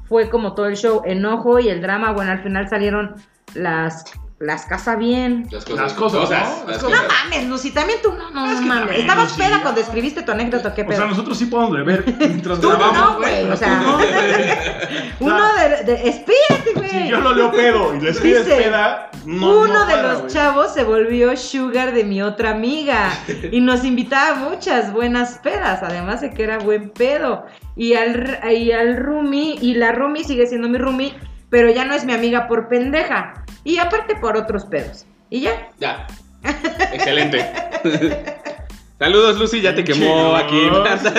B: fue como todo el show, enojo y el drama. Bueno, al final salieron las, las casas bien.
A: Las cosas, ¿no? Las
C: Las
B: No
A: cosas.
C: cosas.
B: mames, Lucy, también tú no, no,
A: Es que
B: mames.
A: también,
B: Estabas
A: Lucy,
B: peda
A: ya.
B: cuando escribiste tu anécdota, qué
A: O
B: pedo.
A: sea, nosotros sí podemos beber mientras
B: Tú
A: grabamos.
B: no, güey. O sea, uno de, de- espérate, güey.
A: Si yo lo leo pedo y les pides
B: Dice,
A: peda, no.
B: Uno
A: no
B: de
A: para,
B: los
A: güey.
B: chavos se volvió sugar de mi otra amiga y nos invitaba a muchas buenas pedas, además de que era buen pedo. Y al, y al roomie, y la roomie sigue siendo mi roomie, pero ya no es mi amiga por pendeja. Y aparte por otros pedos. Y ya,
C: Ya. Excelente. Saludos, Lucy, ya te quemó
A: Chido.
C: aquí. Marta.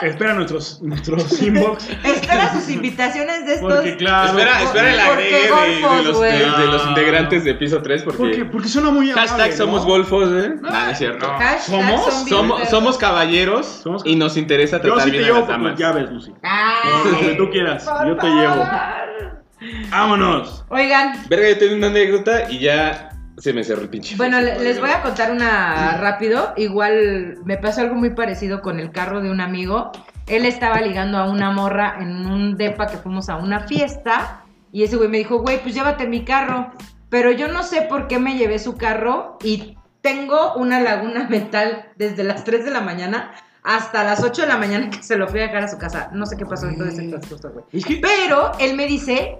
A: Espera nuestros, nuestros inbox.
B: espera sus invitaciones de estos.
A: Porque, claro.
C: espera, espera el
B: ¿Por qué
C: agregue de, de
B: golfos,
C: los,
B: güey?
C: de- de los integrantes de piso 3 porque.
A: Ah. Porque, porque suena muy amable,
C: Hashtag
A: ¿no?
C: somos golfos, ¿eh? No, no es cierto.
A: No.
B: Hashtag
A: ¿Somos?
B: son bien
C: Somos,
B: pedos.
C: somos caballeros
A: Somos-
C: y nos interesa
A: Yo
C: tratar
A: sí te
C: bien a
A: llevo
C: las
A: por
C: damas.
A: tus llaves, Lucy.
B: Ay,
A: Lo que tú quieras,
B: por
A: yo te llevo.
B: favor.
A: Vámonos.
B: Oigan,
C: Verga, yo tengo una anécdota y ya se me cerró el pinche.
B: Bueno, le-
C: Facebook,
B: les voy
C: güey.
B: a contar una rápido. Igual me pasó algo muy parecido con el carro de un amigo. Él estaba ligando a una morra en un depa que fuimos a una fiesta. Y ese güey me dijo, güey, pues llévate mi carro. Pero yo no sé por qué me llevé su carro y tengo una laguna mental desde las 3 de la mañana hasta las 8 de la mañana que se lo fui a dejar a su casa. No sé qué pasó en todo ese transcurso, güey.
A: Es que
B: Pero él me dice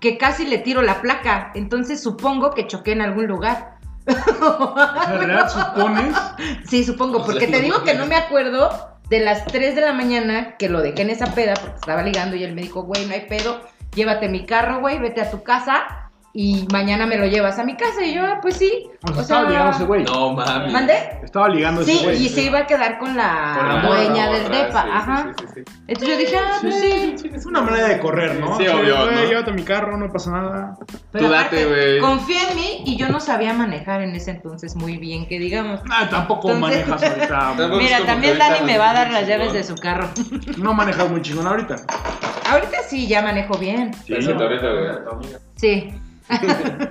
B: que casi le tiro la placa, entonces supongo que choqué en algún lugar.
A: o sea, de verdad supones.
B: Sí, supongo,
C: O
B: porque
C: sea,
B: te
C: no
B: digo que
C: mames.
B: no me acuerdo de las 3 de la mañana que lo dejé en esa peda porque estaba ligando y él me dijo, güey, no hay pedo, llévate mi carro, güey, vete a tu casa y mañana me lo llevas a mi casa. Y yo, ah, pues sí.
A: O sea, estaba ligando ese güey.
C: No mames.
B: ¿Mandé?
A: Estaba ligando ese
B: Sí,
A: güey.
B: y se iba a quedar con la,
A: Con la
B: dueña
A: morra,
B: del depa. Ajá. Entonces yo dije, ah, pues sí.
A: Es una manera de correr, ¿no?
C: Sí,
A: O sea,
C: obvio,
A: güey,
C: ¿no?
A: Llévate mi carro, no pasa nada.
B: Pero
C: Tú date,
B: aparte,
C: güey.
B: Confía en mí y yo no sabía manejar en ese entonces muy bien, que digamos.
A: Ah, tampoco
B: Entonces-
A: manejas ahorita.
C: Tampoco- Pues
B: Mira,
C: como que
B: también
C: ahorita
B: Dani me va a dar
C: manejas
B: las llaves
C: chingón.
B: de su carro.
A: No manejas muy chingón ahorita.
B: Ahorita sí, ya manejo bien.
C: Eso te ahorita, güey.
B: Sí.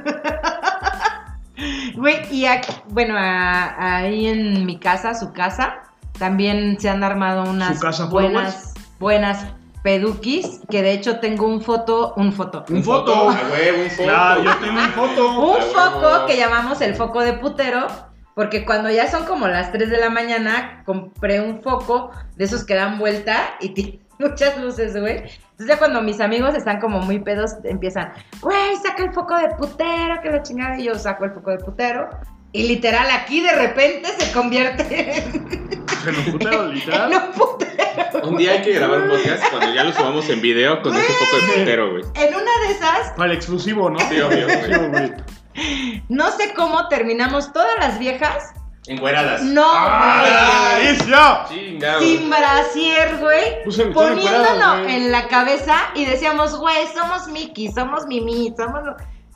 B: Güey, y ac- bueno, a- ahí en mi casa, su casa, también se han armado unas
A: Su casa
B: buenas, buenas peduquis, que de hecho tengo un foto, un foto.
A: Un foto.
C: A huevo, un foto.
A: Claro, yo tengo un foto.
B: Un
C: Ah,
B: foco
C: huevo.
B: que llamamos el foco de putero, porque cuando ya son como las 3 de la mañana, compré un foco de esos que dan vuelta y ti- muchas luces, güey. Entonces ya cuando mis amigos están como muy pedos, empiezan, güey, saca el foco de putero, que la chingada, y yo saco el foco de putero. Y literal aquí de repente se convierte en
A: Se nos putaron, literal.
B: un putero.
C: Un día hay que grabar un podcast cuando ya lo subamos en video con ese poco de puntero, güey.
B: En una de esas,
A: Para el exclusivo, ¿no?
C: Sí, obvio, güey.
A: Sí, güey.
B: no sé cómo terminamos todas las viejas.
C: Encueradas.
B: No,
A: ¡Ah,
B: güey.
A: ¡Delicia!
C: Chingado.
B: sin brasier, güey,
A: Pues se me están encueradas,
B: poniéndonos
A: güey.
B: en la cabeza y decíamos, güey, somos Mickey, somos Mimi, somos...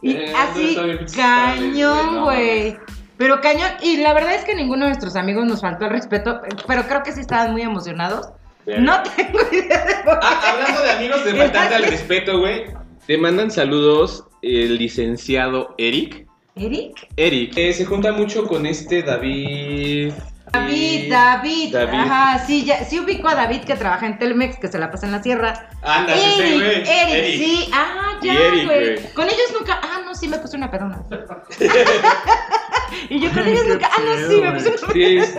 B: Y
C: Eh,
B: así,
C: no, está bien, güey,
B: cañón,
C: no,
B: güey. Pero cañón, y la verdad es que ninguno de nuestros amigos nos faltó el respeto, pero creo que sí estaban muy emocionados. No tengo idea de por
C: Ah, hablando de amigos de faltante al respeto, güey. Te mandan saludos el licenciado Eric.
B: qué. Eric,
C: Eric. eh, se junta mucho con este David.
B: David, David,
C: David.
B: ajá, sí, ya, sí ubico a David que trabaja en Telmex, que se la pasa en la sierra.
C: Anda, ese
B: Eric,
C: Ah, güey.
B: Eric, sí, ah,
C: Y
B: ya,
C: Eric,
B: güey.
C: güey.
B: Con ellos nunca, ah, no, sí me puse una pedona. y yo con ellos
A: Qué
B: nunca, ah, no,
A: pedo,
B: sí me
A: güey.
B: puse una pedona.
C: Sí, es-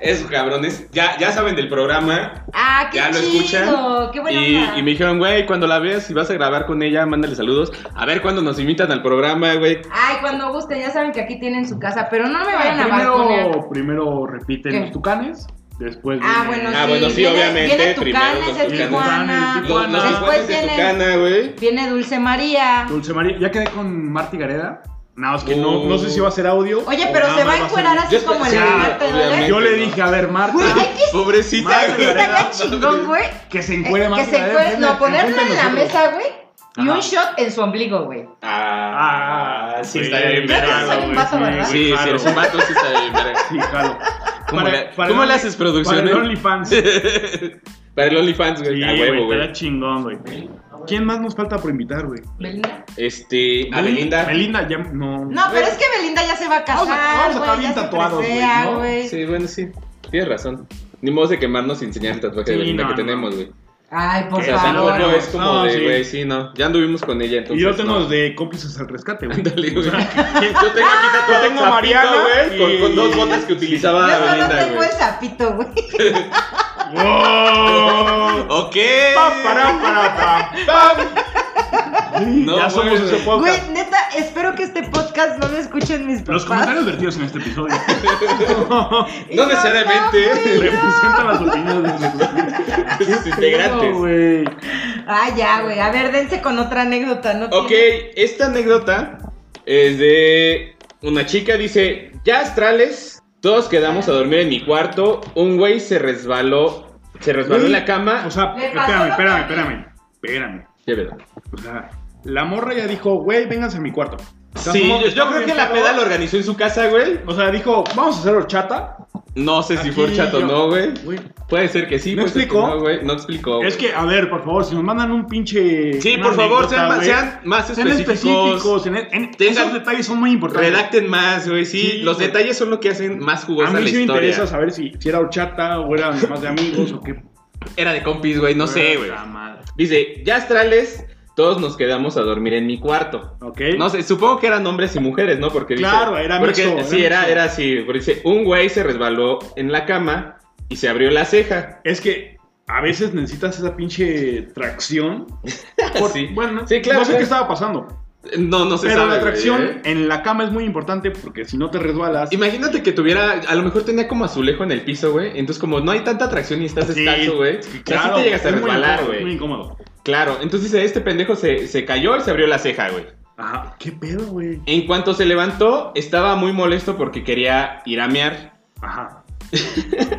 C: esos cabrones. Ya, ya saben del programa.
B: Ah, qué
C: Ya lo
B: chido,
C: escuchan.
B: qué buena
C: Y,
B: onda.
C: y me dijeron, güey, cuando la veas, si vas a grabar con ella, mándale saludos. A ver cuándo nos invitan al programa, güey.
B: Ay, cuando guste, ya saben que aquí tienen su casa, pero no me vayan a balconear.
A: Primero, primero repiten
B: ¿Qué?
A: los tucanes, después...
B: Ah,
A: viene-
B: bueno,
C: Ah,
B: sí,
C: bueno, sí,
B: viene,
C: obviamente,
B: Viene
C: primero
B: Tucanes
C: los
B: de
C: Tucanes. pues,
B: Tijuana,
C: Los, los
A: Tijuana.
B: después
C: encuentros de
B: viene,
C: Tucana, güey.
B: viene Dulce María.
A: Dulce María, ya quedé con Marty Gareda. Nada más que
C: Uh.
A: no, no sé si va a ser audio.
B: Oye,
A: o
B: pero
A: nada
B: se va
A: más
B: a encuerar
A: ser-
B: así
C: Ah, Yo
B: como en
A: espe-
B: la
A: sí,
B: Marta de
C: obviamente.
B: Baile.
A: Yo le dije, a ver, Marta.
B: Güey, hay ¿eh? que
C: Pobrecita,
A: Madre,
C: güey.
A: está
B: sacar chingón, güey.
A: Que se
B: Eh,
A: encuere Marty
B: que se
A: Gareda,
B: encuere,
A: enfrente-
B: no, ponerlo
A: enfrente
B: en
A: de
B: la
A: nosotros.
B: mesa, güey, y
A: Ajá.
B: un shot en su ombligo, güey.
C: Ah, sí, está bien,
B: Creo que
C: verga,
B: soy un
C: güey.
B: vato, ¿verdad?
C: Ah, Sí, sí,
A: claro.
C: eres un vato, sí está bien, verga.
A: Sí, claro.
C: ¿Cómo,
A: Para-
C: le,
A: para
C: ¿cómo
A: el-
C: le haces
A: Para el
C: producción? eh?
A: OnlyFans.
C: Para el OnlyFans, güey.
A: Sí,
C: a
A: güey,
C: huevo, güey.
A: estaría chingón, güey. ¿Quién más nos falta por invitar, güey? ¿Eh?
B: Belinda.
C: Este. A Belinda.
A: Belinda, ya no.
B: No, pero es que Belinda ya se va a
A: Vamos a-
B: casar,
A: vamos a
B: güey.
A: acabar bien
B: ya se
A: tatuados, güey,
B: presea,
A: ¿no?
B: güey.
C: Sí, bueno, sí. Tienes razón. Ni modo de quemarnos sin enseñar el tatuaje de
A: Sí,
C: Belinda
A: no,
C: que
A: no.
C: tenemos, güey.
B: Ay, por
C: O sea,
A: Ah,
C: no,
B: favor.
C: no,
A: bueno.
C: es como
A: No,
C: de,
A: sí.
C: güey, sí. no. Ya anduvimos con ella,
A: Y
C: entonces.
A: yo tengo
C: no.
A: de cómplices al rescate, güey.
C: Ándale, güey.
A: O sea, ¿quién-
C: Yo tengo aquí
A: Yo
C: tatuado
A: tengo
C: el
A: a Mariana,
C: sapito, güey,
A: y-
C: con, con dos botas que utilizaba
B: Yo solo
C: Belinda,
B: tengo
C: güey.
B: el sapito, güey.
A: ¡Wow!
C: Ok.
A: Pa, para, para, pa, pam.
C: No,
A: ya somos
C: güey.
A: ese podcast.
B: Güey, neta, espero que este podcast no lo escuchen mis papás.
A: Los comentarios vertidos en este episodio
B: Y
C: No
B: yo,
C: necesariamente.
B: güey, no.
A: representan las opiniones de
C: De sus integrantes.
A: güey.
B: Ah, ya, güey. A ver, dense con otra anécdota, ¿no?
C: Ok,
B: tiene-
C: esta anécdota es de una chica, dice, ya astrales, todos quedamos a dormir en mi cuarto, un güey se resbaló, se resbaló en la cama.
A: O sea,
B: Le pasó
A: espérame,
B: lo
A: espérame,
B: que-
A: espérame. Espérame.
C: Ya verán.
A: O sea, la morra ya dijo, güey, vénganse a mi cuarto. O sea,
C: Sí,
A: somos-
C: yo, yo
A: estamos
C: creo que
A: bien
C: la
A: pedos.
C: peda lo organizó en su casa, güey.
A: O sea, dijo, vamos a hacer horchata.
C: No sé si
A: Aquí
C: fue horchata o
A: yo-
C: no, güey.
A: Güey,
C: Puede ser que sí,
A: ¿No
C: puede ser que
A: explicó?
C: no, güey. No explicó. güey.
A: Es que, a ver, por favor, si nos mandan un pinche.
C: Sí,
A: una
C: por favor, sean,
A: anécdota,
C: ma-
A: güey,
C: sean más
A: sean
C: específicos.
A: específicos, en- e, en-
C: Tengan-
A: esos detalles son muy importantes.
C: Redacten más, güey, sí.
A: Sí,
C: Los
A: güey.
C: detalles son lo que hacen más
A: A
C: jugosa
A: mí
C: la
A: sí me
C: historia.
A: interesa saber si, si era horchata o era más de amigos o qué.
C: Era de compis, güey, no sé, güey.
A: Ah, madre.
C: Dice, ya astrales, todos nos quedamos a dormir en mi cuarto.
A: Ok.
C: No sé, supongo que eran hombres y mujeres, ¿no? Porque dice-
A: Claro, era
C: porque,
A: mixto,
C: Sí,
A: era
C: era,
A: mixto.
C: era así. Porque dice, un güey se resbaló en la cama y se abrió la ceja.
A: Es que a veces necesitas esa pinche tracción.
C: Sí.
A: Bueno,
C: Sí, claro,
A: no sé
C: claro.
A: qué estaba pasando.
C: No, no se
A: pero
C: sabe,
A: la
C: güey,
A: tracción
C: ¿eh?
A: en la cama es muy importante porque si no te resbalas.
C: Imagínate que tuviera, a lo mejor tenía como azulejo en el piso, güey. Entonces, como no hay tanta tracción y estás
A: Sí,
C: descalzo, güey.
A: sí,
C: o sea, sí te llegas a
A: es muy
C: resbalar,
A: incómodo, Muy
C: güey.
A: incómodo.
C: Claro, entonces dice, este pendejo se, se cayó y se abrió la ceja, güey.
A: Ajá, qué pedo, güey.
C: En cuanto se levantó, estaba muy molesto porque quería ir a mear.
A: Ajá.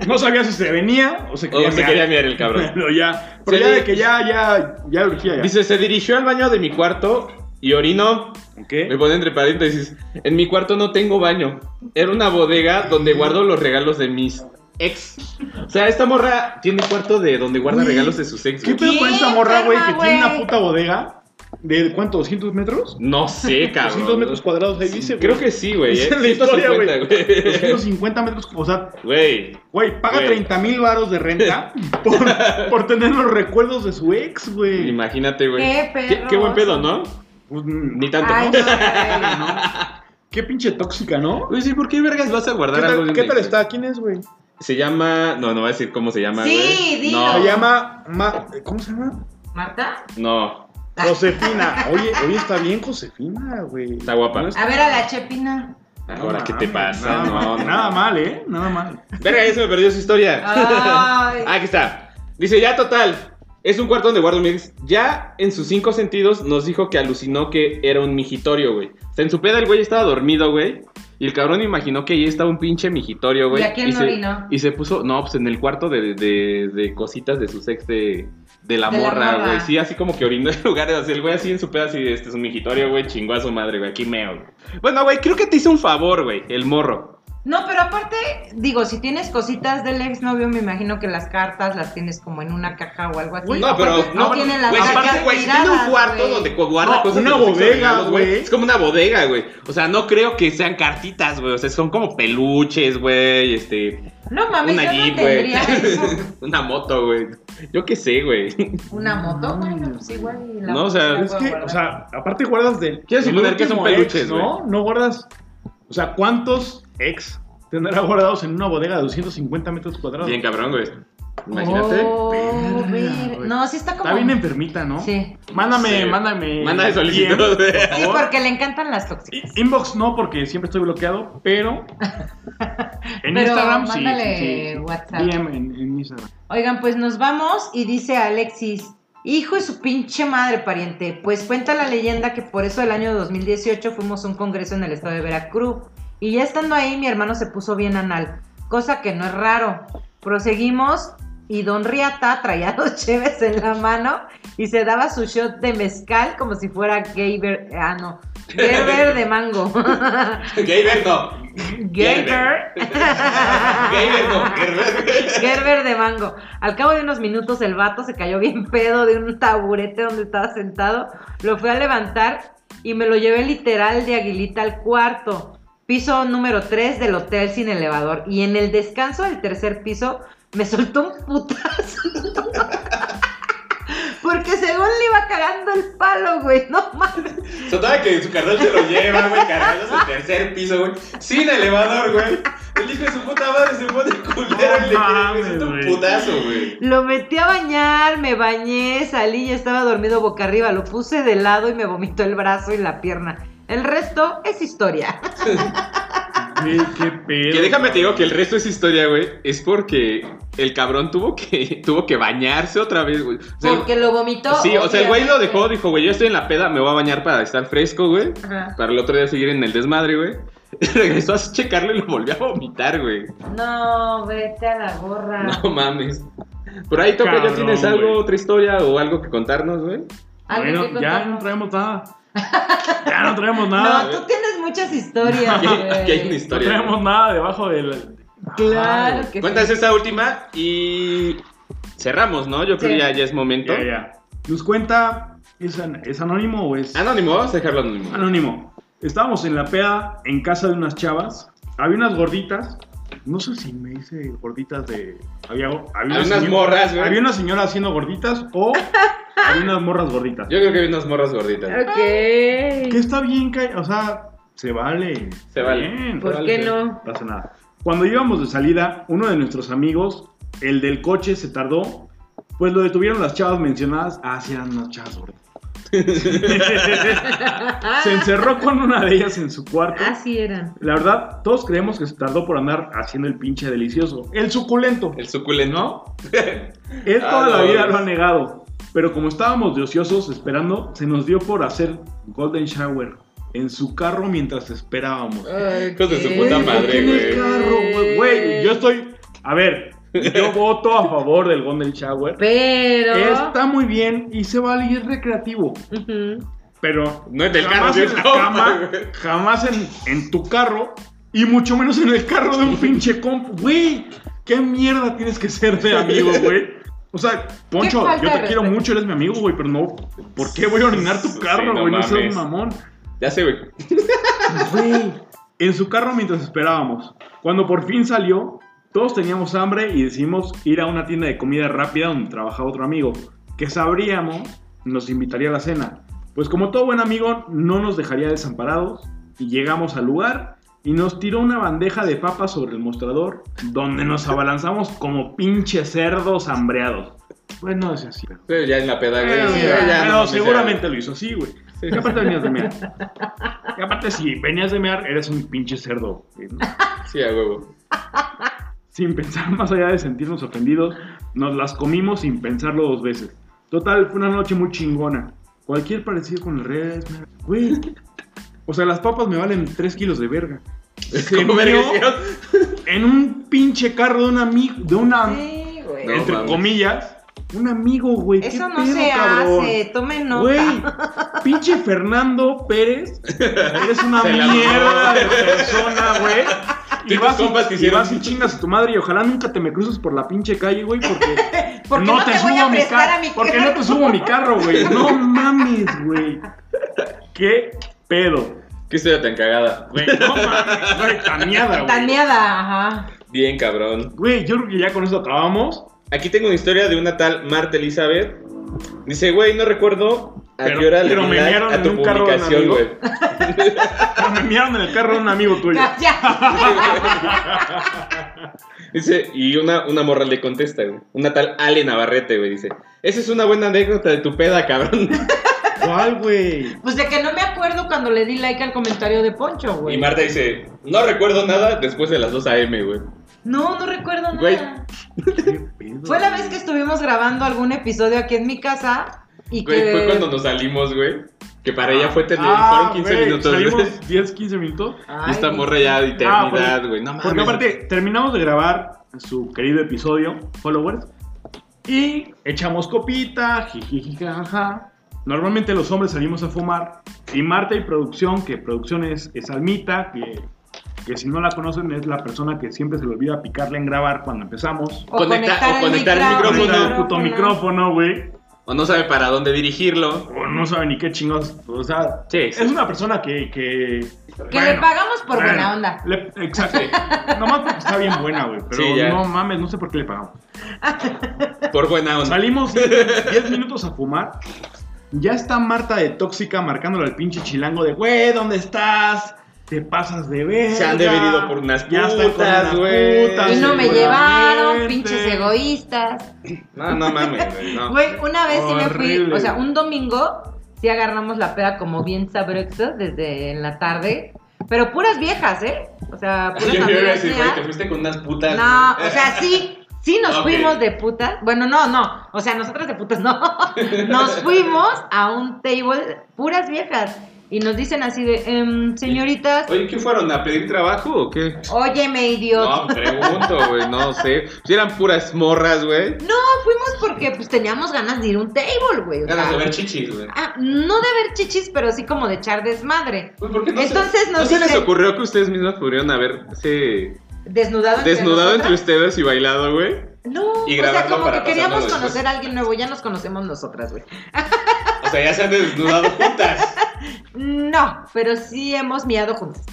A: No sabía si se venía o se
C: O
A: quería.
C: se
A: mear.
C: quería mear el cabrón.
A: Pero ya. Pero
C: Se
A: ya
C: di-
A: de que ya, ya, ya la orgía ya.
C: Dice, se dirigió al baño de mi cuarto y orinó. Me
A: ¿Ok?
C: pone entre paréntesis, en mi cuarto no tengo baño. Era una bodega donde guardo los regalos de mis ex. O sea, esta morra tiene cuarto de donde guarda
A: Güey,
C: regalos de sus ex.
A: ¿Qué
C: güey.
A: pedo con
B: ¿Qué
A: esta morra, güey, que
B: enferma,
A: tiene una
B: güey?
A: puta bodega de cuánto, 200 metros?
C: No sé, cabrón.
A: 200 metros cuadrados ahí dice,
C: Sí,
A: güey.
C: Creo que sí, güey.
A: Esa
C: eh.
A: es la historia, güey.
C: 150, güey.
A: 250 metros, o sea,
C: Güey.
A: güey, paga
C: Güey.
A: 30 mil varos de renta por, por tener los recuerdos de su ex, güey.
C: Imagínate, güey.
B: Qué
C: Qué, qué buen pedo, ¿no?
A: Pues, mm,
C: Ni tanto.
B: Ay,
C: ¿no?
B: no, güey.
A: Qué pinche tóxica, ¿no?
C: Güey, sí, ¿por qué vergas vas a
A: ¿Qué
C: guardar algo de
A: tal,
C: un
A: qué
C: ex,
A: tal
C: güey?
A: está? ¿Quién es, güey?
C: Se llama. No, no voy a decir cómo se llama,
B: Sí,
C: güey.
B: dilo.
C: No,
B: Se
D: Se llama. Ma- ¿Cómo se llama?
B: ¿Marta?
C: No.
D: Josefina. Oye, oye, está bien Josefina, güey.
C: Está guapa.
D: No
B: A ver a la Chepina. Ah,
C: Ahora, ¿qué te
A: mames,
C: pasa?
A: Nada,
C: No, no.
A: nada mal, ¿eh? Nada mal.
C: Verga, ya se me perdió su historia.
B: Ay.
C: Aquí está. Dice, ya total. Es un cuarto donde guardo mi ex. Ya en sus cinco sentidos nos dijo que alucinó que era un mijitorio, güey. O sea, en su peda el güey estaba dormido, güey. Y el cabrón imaginó que ahí estaba un pinche mijitorio, güey.
B: ¿Y a quién no
C: se,
B: orinó?
C: y se puso, no, pues en el cuarto de, de- de cositas de su ex de, de la
B: De la
C: morra,
B: morra.
C: güey. Sí, así como que orinó en lugares. así el güey así en su peda, así, este es un mijitorio, güey. Chingó a su madre, güey. Aquí meo, güey. Bueno, güey, creo que te hizo un favor, güey. El morro.
B: No, pero aparte, digo, si tienes cositas del exnovio, me imagino que las cartas las tienes como en una caja o algo así.
A: Güey,
C: No, pero
B: no,
C: no,
B: tiene las
C: güey,
B: cartas
C: aparte, güey, si
B: tiradas,
C: tiene un cuarto
B: güey.
C: donde co- guarda
D: No,
C: cosas.
D: una
C: de los sexos
D: bodega,
C: regalos,
D: güey.
C: Es como una bodega, güey. O sea, no creo que sean cartitas, güey. O sea, son como peluches, güey. Este,
B: No mames,
C: una
B: yo
C: jeep,
B: no
C: güey.
B: tendría eso.
C: una moto, güey. Yo qué sé, güey.
B: Una moto, bueno, pues igual. y la
C: No, o
B: moto
C: sea,
B: la
C: Pero
D: Es
B: puedo
D: que,
B: guardar.
D: o sea, aparte guardas del.
C: Quiero
D: del
C: suponer que son
D: último ex,
C: peluches,
D: ¿no? No guardas. O sea, ¿cuántos ex tendrá guardados en una bodega de 250 metros cuadrados?
C: Bien cabrón, güey. Imagínate.
B: Oh,
A: Verga,
B: ver-
A: güey.
B: No, sí está como.
A: Está bien enfermita, ¿no?
B: Sí.
A: Mándame,
C: Sí.
A: mándame.
C: Manda de
A: bien,
C: solicitud, güey.
A: por
B: Sí,
A: favor.
B: porque le encantan las tóxicas.
A: Inbox no, porque siempre estoy bloqueado, pero. En
B: Pero
A: Instagram sí,
B: mándale
A: sí, sí.
B: WhatsApp.
A: DM en, en Instagram.
B: Oigan, pues nos vamos y dice Alexis, hijo de su pinche madre pariente, pues cuenta la leyenda que por eso el año 2018 fuimos a un congreso en el estado de Veracruz y ya estando ahí mi hermano se puso bien anal, cosa que no es raro. Proseguimos y don Riata traía dos cheves en la mano y se daba su shot de mezcal como si fuera gay ver- ah no, Gerber de mango.
C: Gamer no.
B: Gerber.
C: Gamer no. Gerber.
B: Gerber de mango. Al cabo de unos minutos el vato se cayó bien pedo de un taburete donde estaba sentado. Lo fui a levantar y me lo llevé literal de aguilita al cuarto. Piso número 3 del hotel sin elevador. Y en el descanso del tercer piso me soltó un putazo. Porque según le iba cagando el palo, güey. No mames.
C: Total que su carnal se lo lleva, güey, cargándose el tercer piso, güey. Sin elevador, güey. El hijo de su puta madre se pone culero
A: No
C: y le quiere
A: mames,
C: güey, siente un
A: güey.
C: putazo, güey.
B: Lo metí a bañar, me bañé, salí y estaba dormido boca arriba. Lo puse de lado y me vomitó el brazo y la pierna. El resto es historia.
A: Qué, qué pedo.
C: Que déjame te digo que el resto es historia, güey. Es porque el cabrón tuvo que, tuvo que bañarse otra vez, güey. O sea, el-
B: Porque lo vomitó.
C: sí, o sea, el güey lo
B: obviamente.
C: dejó, dijo, güey, yo estoy en la peda, me voy a bañar para estar fresco, güey.
B: Ajá.
C: Para el otro día seguir en el desmadre, güey. Regresó a checarlo y lo volvió a vomitar, güey.
B: No, vete a la gorra.
C: No mames. Por ahí, Topo, ¿ya
A: Cabrón,
C: tienes algo,
A: güey.
C: otra historia o algo que contarnos, güey?
B: ¿Algo
A: Bueno,
B: que
A: ya
B: contar?
A: no traemos nada. Ya no traemos
B: No,
A: nada.
B: tú tienes muchas historias.
C: Aquí hay- aquí hay una
B: güey.
A: No,
C: historia. güey.
A: traemos nada debajo del.
B: Claro que
C: Cuéntanos
B: sí.
C: esta última y cerramos, ¿no? Yo creo
B: Sí.
C: que ya, ya es momento.
A: Ya, ya. Nos cuenta. ¿Es, an- es anónimo o es.?
C: Anónimo, vamos a dejarlo anónimo.
A: Anónimo. Estábamos en la peda en casa de unas chavas. Había unas gorditas. No sé si me hice gorditas de. Había, había
C: unas morras, güey.
A: Había una señora haciendo gorditas o había unas morras gorditas.
C: Yo creo que hay unas morras gorditas.
A: Que
B: Ok.
A: está bien, ca- o sea, se vale.
C: Se vale.
A: Bien,
C: Pues-
B: ¿Por qué
A: no
B: no?
A: pasa nada. Cuando íbamos de salida, uno de nuestros amigos, el del coche, se tardó. Pues lo detuvieron las chavas mencionadas. Ah, sí, eran unas chavas gorditas. se encerró con una de ellas en su cuarto.
B: Así eran.
A: La verdad, todos creemos que se tardó por andar haciendo el pinche delicioso, el suculento.
C: El suculento.
A: Él toda
C: Ah,
A: la
C: no,
A: vida
C: güey.
A: lo ha negado. Pero como estábamos de ociosos esperando, se nos dio por hacer Golden Shower en su carro mientras esperábamos.
C: Hijos de su
B: Ok.
C: puta
A: ¿por qué
C: madre,
A: en el
C: güey.
A: carro, güey? Güey, yo estoy. A ver, yo voto a favor del Golden Shower.
B: Pero.
A: Está muy bien y se vale y es recreativo.
B: Ujú.
A: Pero
C: No es del
A: jamás
C: carro,
A: en la
C: del compa,
A: cama,
C: güey.
A: jamás en, en tu carro y mucho menos en el carro de un pinche comp. Güey, qué mierda tienes que ser de amigo, güey. O sea, Poncho,
B: falta
A: yo
B: de
A: te quiero
B: respeto.
A: mucho, eres mi amigo, güey, pero no. ¿Por qué voy a orinar tu
C: Sí,
A: carro,
C: no
A: güey? No, seas
C: mames.
A: mamón.
C: Ya sé, güey.
A: Güey. En su carro mientras esperábamos. Cuando por fin salió, todos teníamos hambre y decidimos ir a una tienda de comida rápida donde trabajaba otro amigo, que sabríamos nos invitaría a la cena. Pues como todo buen amigo, no nos dejaría desamparados y llegamos al lugar y nos tiró una bandeja de papas sobre el mostrador, donde nos abalanzamos como pinches cerdos hambreados. Pues no es así.
C: Pero ya en la peda, güey.
A: Pero,
C: sí,
B: ya,
C: ya, no,
A: pero
C: no,
A: seguramente lo hizo así, güey.
C: Sí.
A: Y aparte venías de mear. Y aparte, si venías de mear, eres un pinche cerdo. ¿no?
C: ya. Sí, a huevo.
A: sin pensar más allá de sentirnos ofendidos, nos las comimos sin pensarlo dos veces. Total, fue una noche muy chingona. Cualquier parecido con el redes, me- güey. O sea, las papas me valen 3 kilos de verga. Se
C: ¿Cómo
A: meó
C: verga hicieron?
A: en un pinche carro de un amigo, de una,
B: Sí, güey.
C: No,
A: entre
C: mames.
A: comillas, un amigo, güey. ¿Qué
B: Eso no
A: pedo,
B: se
A: cabrón?
B: hace, tomen nota.
A: Güey, pinche Fernando Pérez, eres una
C: Se la mamó.
A: mierda de persona, güey. Y
C: Tus
A: vas, y,
C: compas que
A: y
C: hicieron-
A: vas y chingas a tu madre y ojalá nunca te me cruces por la pinche calle, güey, porque,
B: Porque no te voy a prestar a mi
A: Porque
B: carro.
A: no te subo a mi carro, güey. No mames, güey. ¿Qué pedo?
C: Qué historia tan cagada.
A: Güey, no mames, güey, taneada, güey.
B: Taneada, ajá.
C: Bien, cabrón.
A: Güey, yo creo que ya con eso acabamos.
C: Aquí tengo una historia de una tal Marta Elizabeth. Dice, güey, no recuerdo a
A: Pero-
C: qué hora le
A: pero
C: di
A: me
C: like
A: mearon
C: a
A: en
C: tu
A: un carro de un
C: publicación,
A: amigo.
C: güey.
A: Me enviaron en el carro de un amigo tuyo.
B: Ya.
C: Dice, y una, una morra le contesta, güey. Una tal Ale Navarrete, güey, dice. Esa es una buena anécdota de tu peda, cabrón.
A: ¿Cuál, güey?
B: Pues de que no me acuerdo cuando le di like al comentario de Poncho,
C: Y
B: güey.
C: Marta dice, no recuerdo nada después de las 2 a.m., güey.
B: No, no recuerdo nada.
C: Güey.
A: ¿Qué pedo?
B: Fue la vez que estuvimos grabando algún episodio aquí en mi casa y
C: Güey,
B: que...
C: fue cuando nos salimos, güey. Que para ella fue tener,
A: Ah,
C: fueron 15
A: güey,
C: minutos. güey.
A: Salimos 10, 15 minutos.
B: Ay,
C: Y esta morra ya de
A: Ah, porque-
C: eternidad, güey. no
A: Porque
C: mames.
A: aparte, terminamos de grabar su querido episodio, Followers, y echamos copita, jijiji, jajaja. Normalmente los hombres salimos a fumar, y Marta y Producción, que Producción es, es Almita, que, que si no la conocen es la persona que siempre se le olvida picarle en grabar cuando empezamos.
B: O
C: Conecta-
B: conectar,
C: o conectar el
A: Pero
C: micrófono.
A: el puto micrófono, güey,
C: O no sabe para dónde dirigirlo.
A: o no sabe ni qué chingados, o sea...
C: Sí,
A: Es una persona que... que
B: Que le
A: bueno,
B: pagamos por
A: bueno,
B: buena onda.
A: le- exacto. Nomás porque está bien buena, güey. Pero
C: Sí, ya.
A: no mames, no sé por qué le pagamos.
C: Por buena onda.
A: Salimos 10 minutos a fumar. Ya está Marta de tóxica marcándole al pinche chilango de, güey, ¿dónde estás? Te pasas de ver.
C: Se han de haber ido por unas
A: Ya estoy con
C: putas,
A: unas
C: güey.
A: putas,
B: Y no me
A: seguramente".
B: llevaron, pinches egoístas.
C: No, no mames, güey. No.
B: Güey, una vez sí me fui,
A: Horrible.
B: o sea, un domingo sí agarramos la peda como bien sabroso desde en la tarde, pero puras viejas, ¿eh? O sea, puras
C: Yo me iba a
B: amigas
C: decir,
B: mías.
C: güey, te fuiste con unas putas.
B: No,
C: güey.
B: o sea, sí, sí nos
C: Ok.
B: fuimos de putas. Bueno, no, no. O sea, nosotras de putas no. Nos fuimos a un table puras viejas. Y nos dicen así de, em, señoritas,
C: Oye, ¿qué fueron? ¿A pedir trabajo o qué?
B: óyeme, idiota.
C: No, pregunto, güey, no sé. Si eran puras morras, güey.
B: No, fuimos porque pues teníamos ganas de ir a un table, güey. o sea,
C: Ganas de ver chichis, güey.
B: ah, no de ver chichis, pero sí como de echar desmadre.
C: Güey, ¿por qué no se-
B: Entonces
C: ¿no
B: nos
C: se les
B: dice-
C: ocurrió que ustedes mismas pudieron haberse
B: Desnudado entre
C: desnudado
B: nosotras.
C: entre ustedes y bailado, güey?
B: No,
C: y
B: o sea,
C: grabarlo
B: como
C: para
B: que queríamos
C: pasarlo después.
B: conocer a alguien nuevo. Ya nos conocemos nosotras, güey.
C: O sea, ya se han desnudado juntas.
B: No, pero sí hemos miado juntas.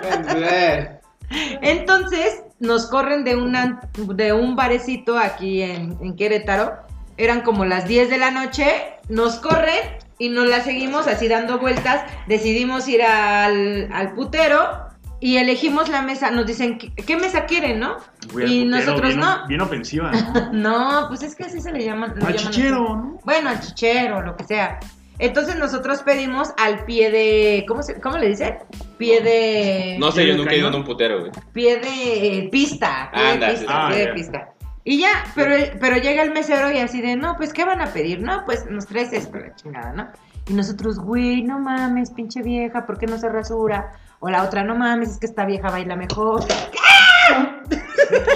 B: Pues, Entonces nos corren de, una, de un barecito aquí en, en Querétaro. Eran como las 10 de la noche. Nos corren y nos la seguimos así dando vueltas. Decidimos ir al, al putero y elegimos la mesa. Nos dicen, ¿qué, qué mesa quieren, no?
A: Güey, el
B: y
A: putero
B: nosotros
A: bien,
B: no.
A: Bien ofensiva, ¿no?
B: No, pues es que así se le llaman. lo llaman así.
A: Machichero, ¿no?
B: Bueno, al chichero, lo que sea. Entonces nosotros pedimos al pie de. ¿Cómo, se, cómo le dicen? Pie de.
C: No sé, yo
A: ¿Tiene
C: nunca he ido
A: cañón?
C: en un putero, güey.
B: pie de eh, pista, pie
C: Anda,
B: de pista,
A: ah,
B: pie de
A: ya.
B: pista. Y ya, pero, el- pero llega el mesero y así de, no, pues, ¿qué van a pedir? No, pues, nos traes esto, la chingada, ¿no? Y nosotros, güey, no mames, pinche vieja, ¿por qué no se rasura? O la otra, no mames, es que esta vieja baila mejor.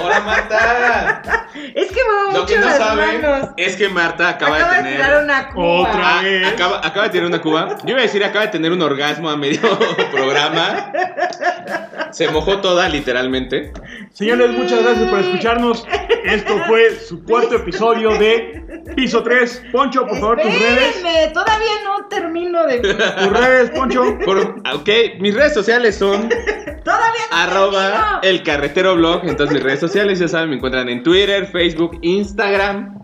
C: ¡Hola, Marta!
B: Es que mueve
C: Lo
B: mucho
C: que no
B: las
C: saben
B: manos.
C: es que Marta acaba,
B: Acaba
C: de
B: de
C: tener...
B: tirar una cuba.
A: Otra.
C: Ah,
A: vez.
C: acaba, acaba de tener una cuba. Yo iba a decir, acaba de tener un orgasmo a medio programa. Se mojó toda, literalmente.
A: Señores, muchas gracias por escucharnos. Esto fue su cuarto episodio de Piso 3. Poncho, por favor, tus redes.
B: Espérenme, todavía no termino de...
A: Tus redes, Poncho.
C: Por- ok, mis redes sociales son
B: todavía no
C: arroba eh,
B: termino.
C: el carretero blog. Entonces, mis redes sociales, ya saben, me encuentran en Twitter, Facebook, Instagram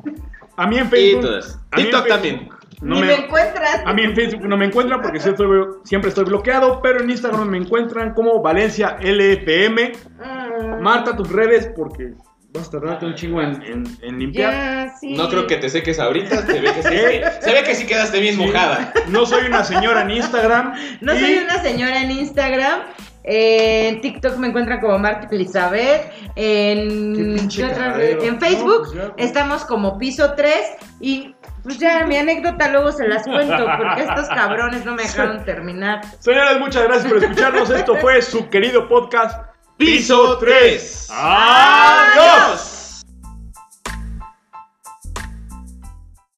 A: A mí en
C: y
A: Facebook.
C: todas.
A: a mí en
C: TikTok
A: Facebook.
C: también.
A: No
B: Ni me,
A: me-
B: encuentras.
A: A mí en Facebook no me encuentran porque siempre estoy, siempre estoy bloqueado, pero en Instagram me encuentran como Valencia LFM.
B: Mm.
A: Marta, tus redes, porque vas a tardarte un chingo en, en- en limpiar.
B: Ya, sí.
C: No creo que te seques ahorita. Se ve que sí, se ve que sí quedaste bien mojada.
A: No soy una señora en Instagram.
B: No
A: y-
B: soy una señora en Instagram. eh, En TikTok me encuentran como Marta Elizabeth.
A: Qué
B: En,
A: pinche
B: Mm, ¿qué otra
A: cagadero.
B: red? en Facebook
A: No, pues ya.
B: estamos como piso 3. Y pues ya mi anécdota luego se las cuento porque estos cabrones no me dejaron terminar.
A: Señores, muchas gracias por escucharnos. Esto fue su querido podcast
C: Piso 3.
A: ¡Adiós!
C: ¡Adiós!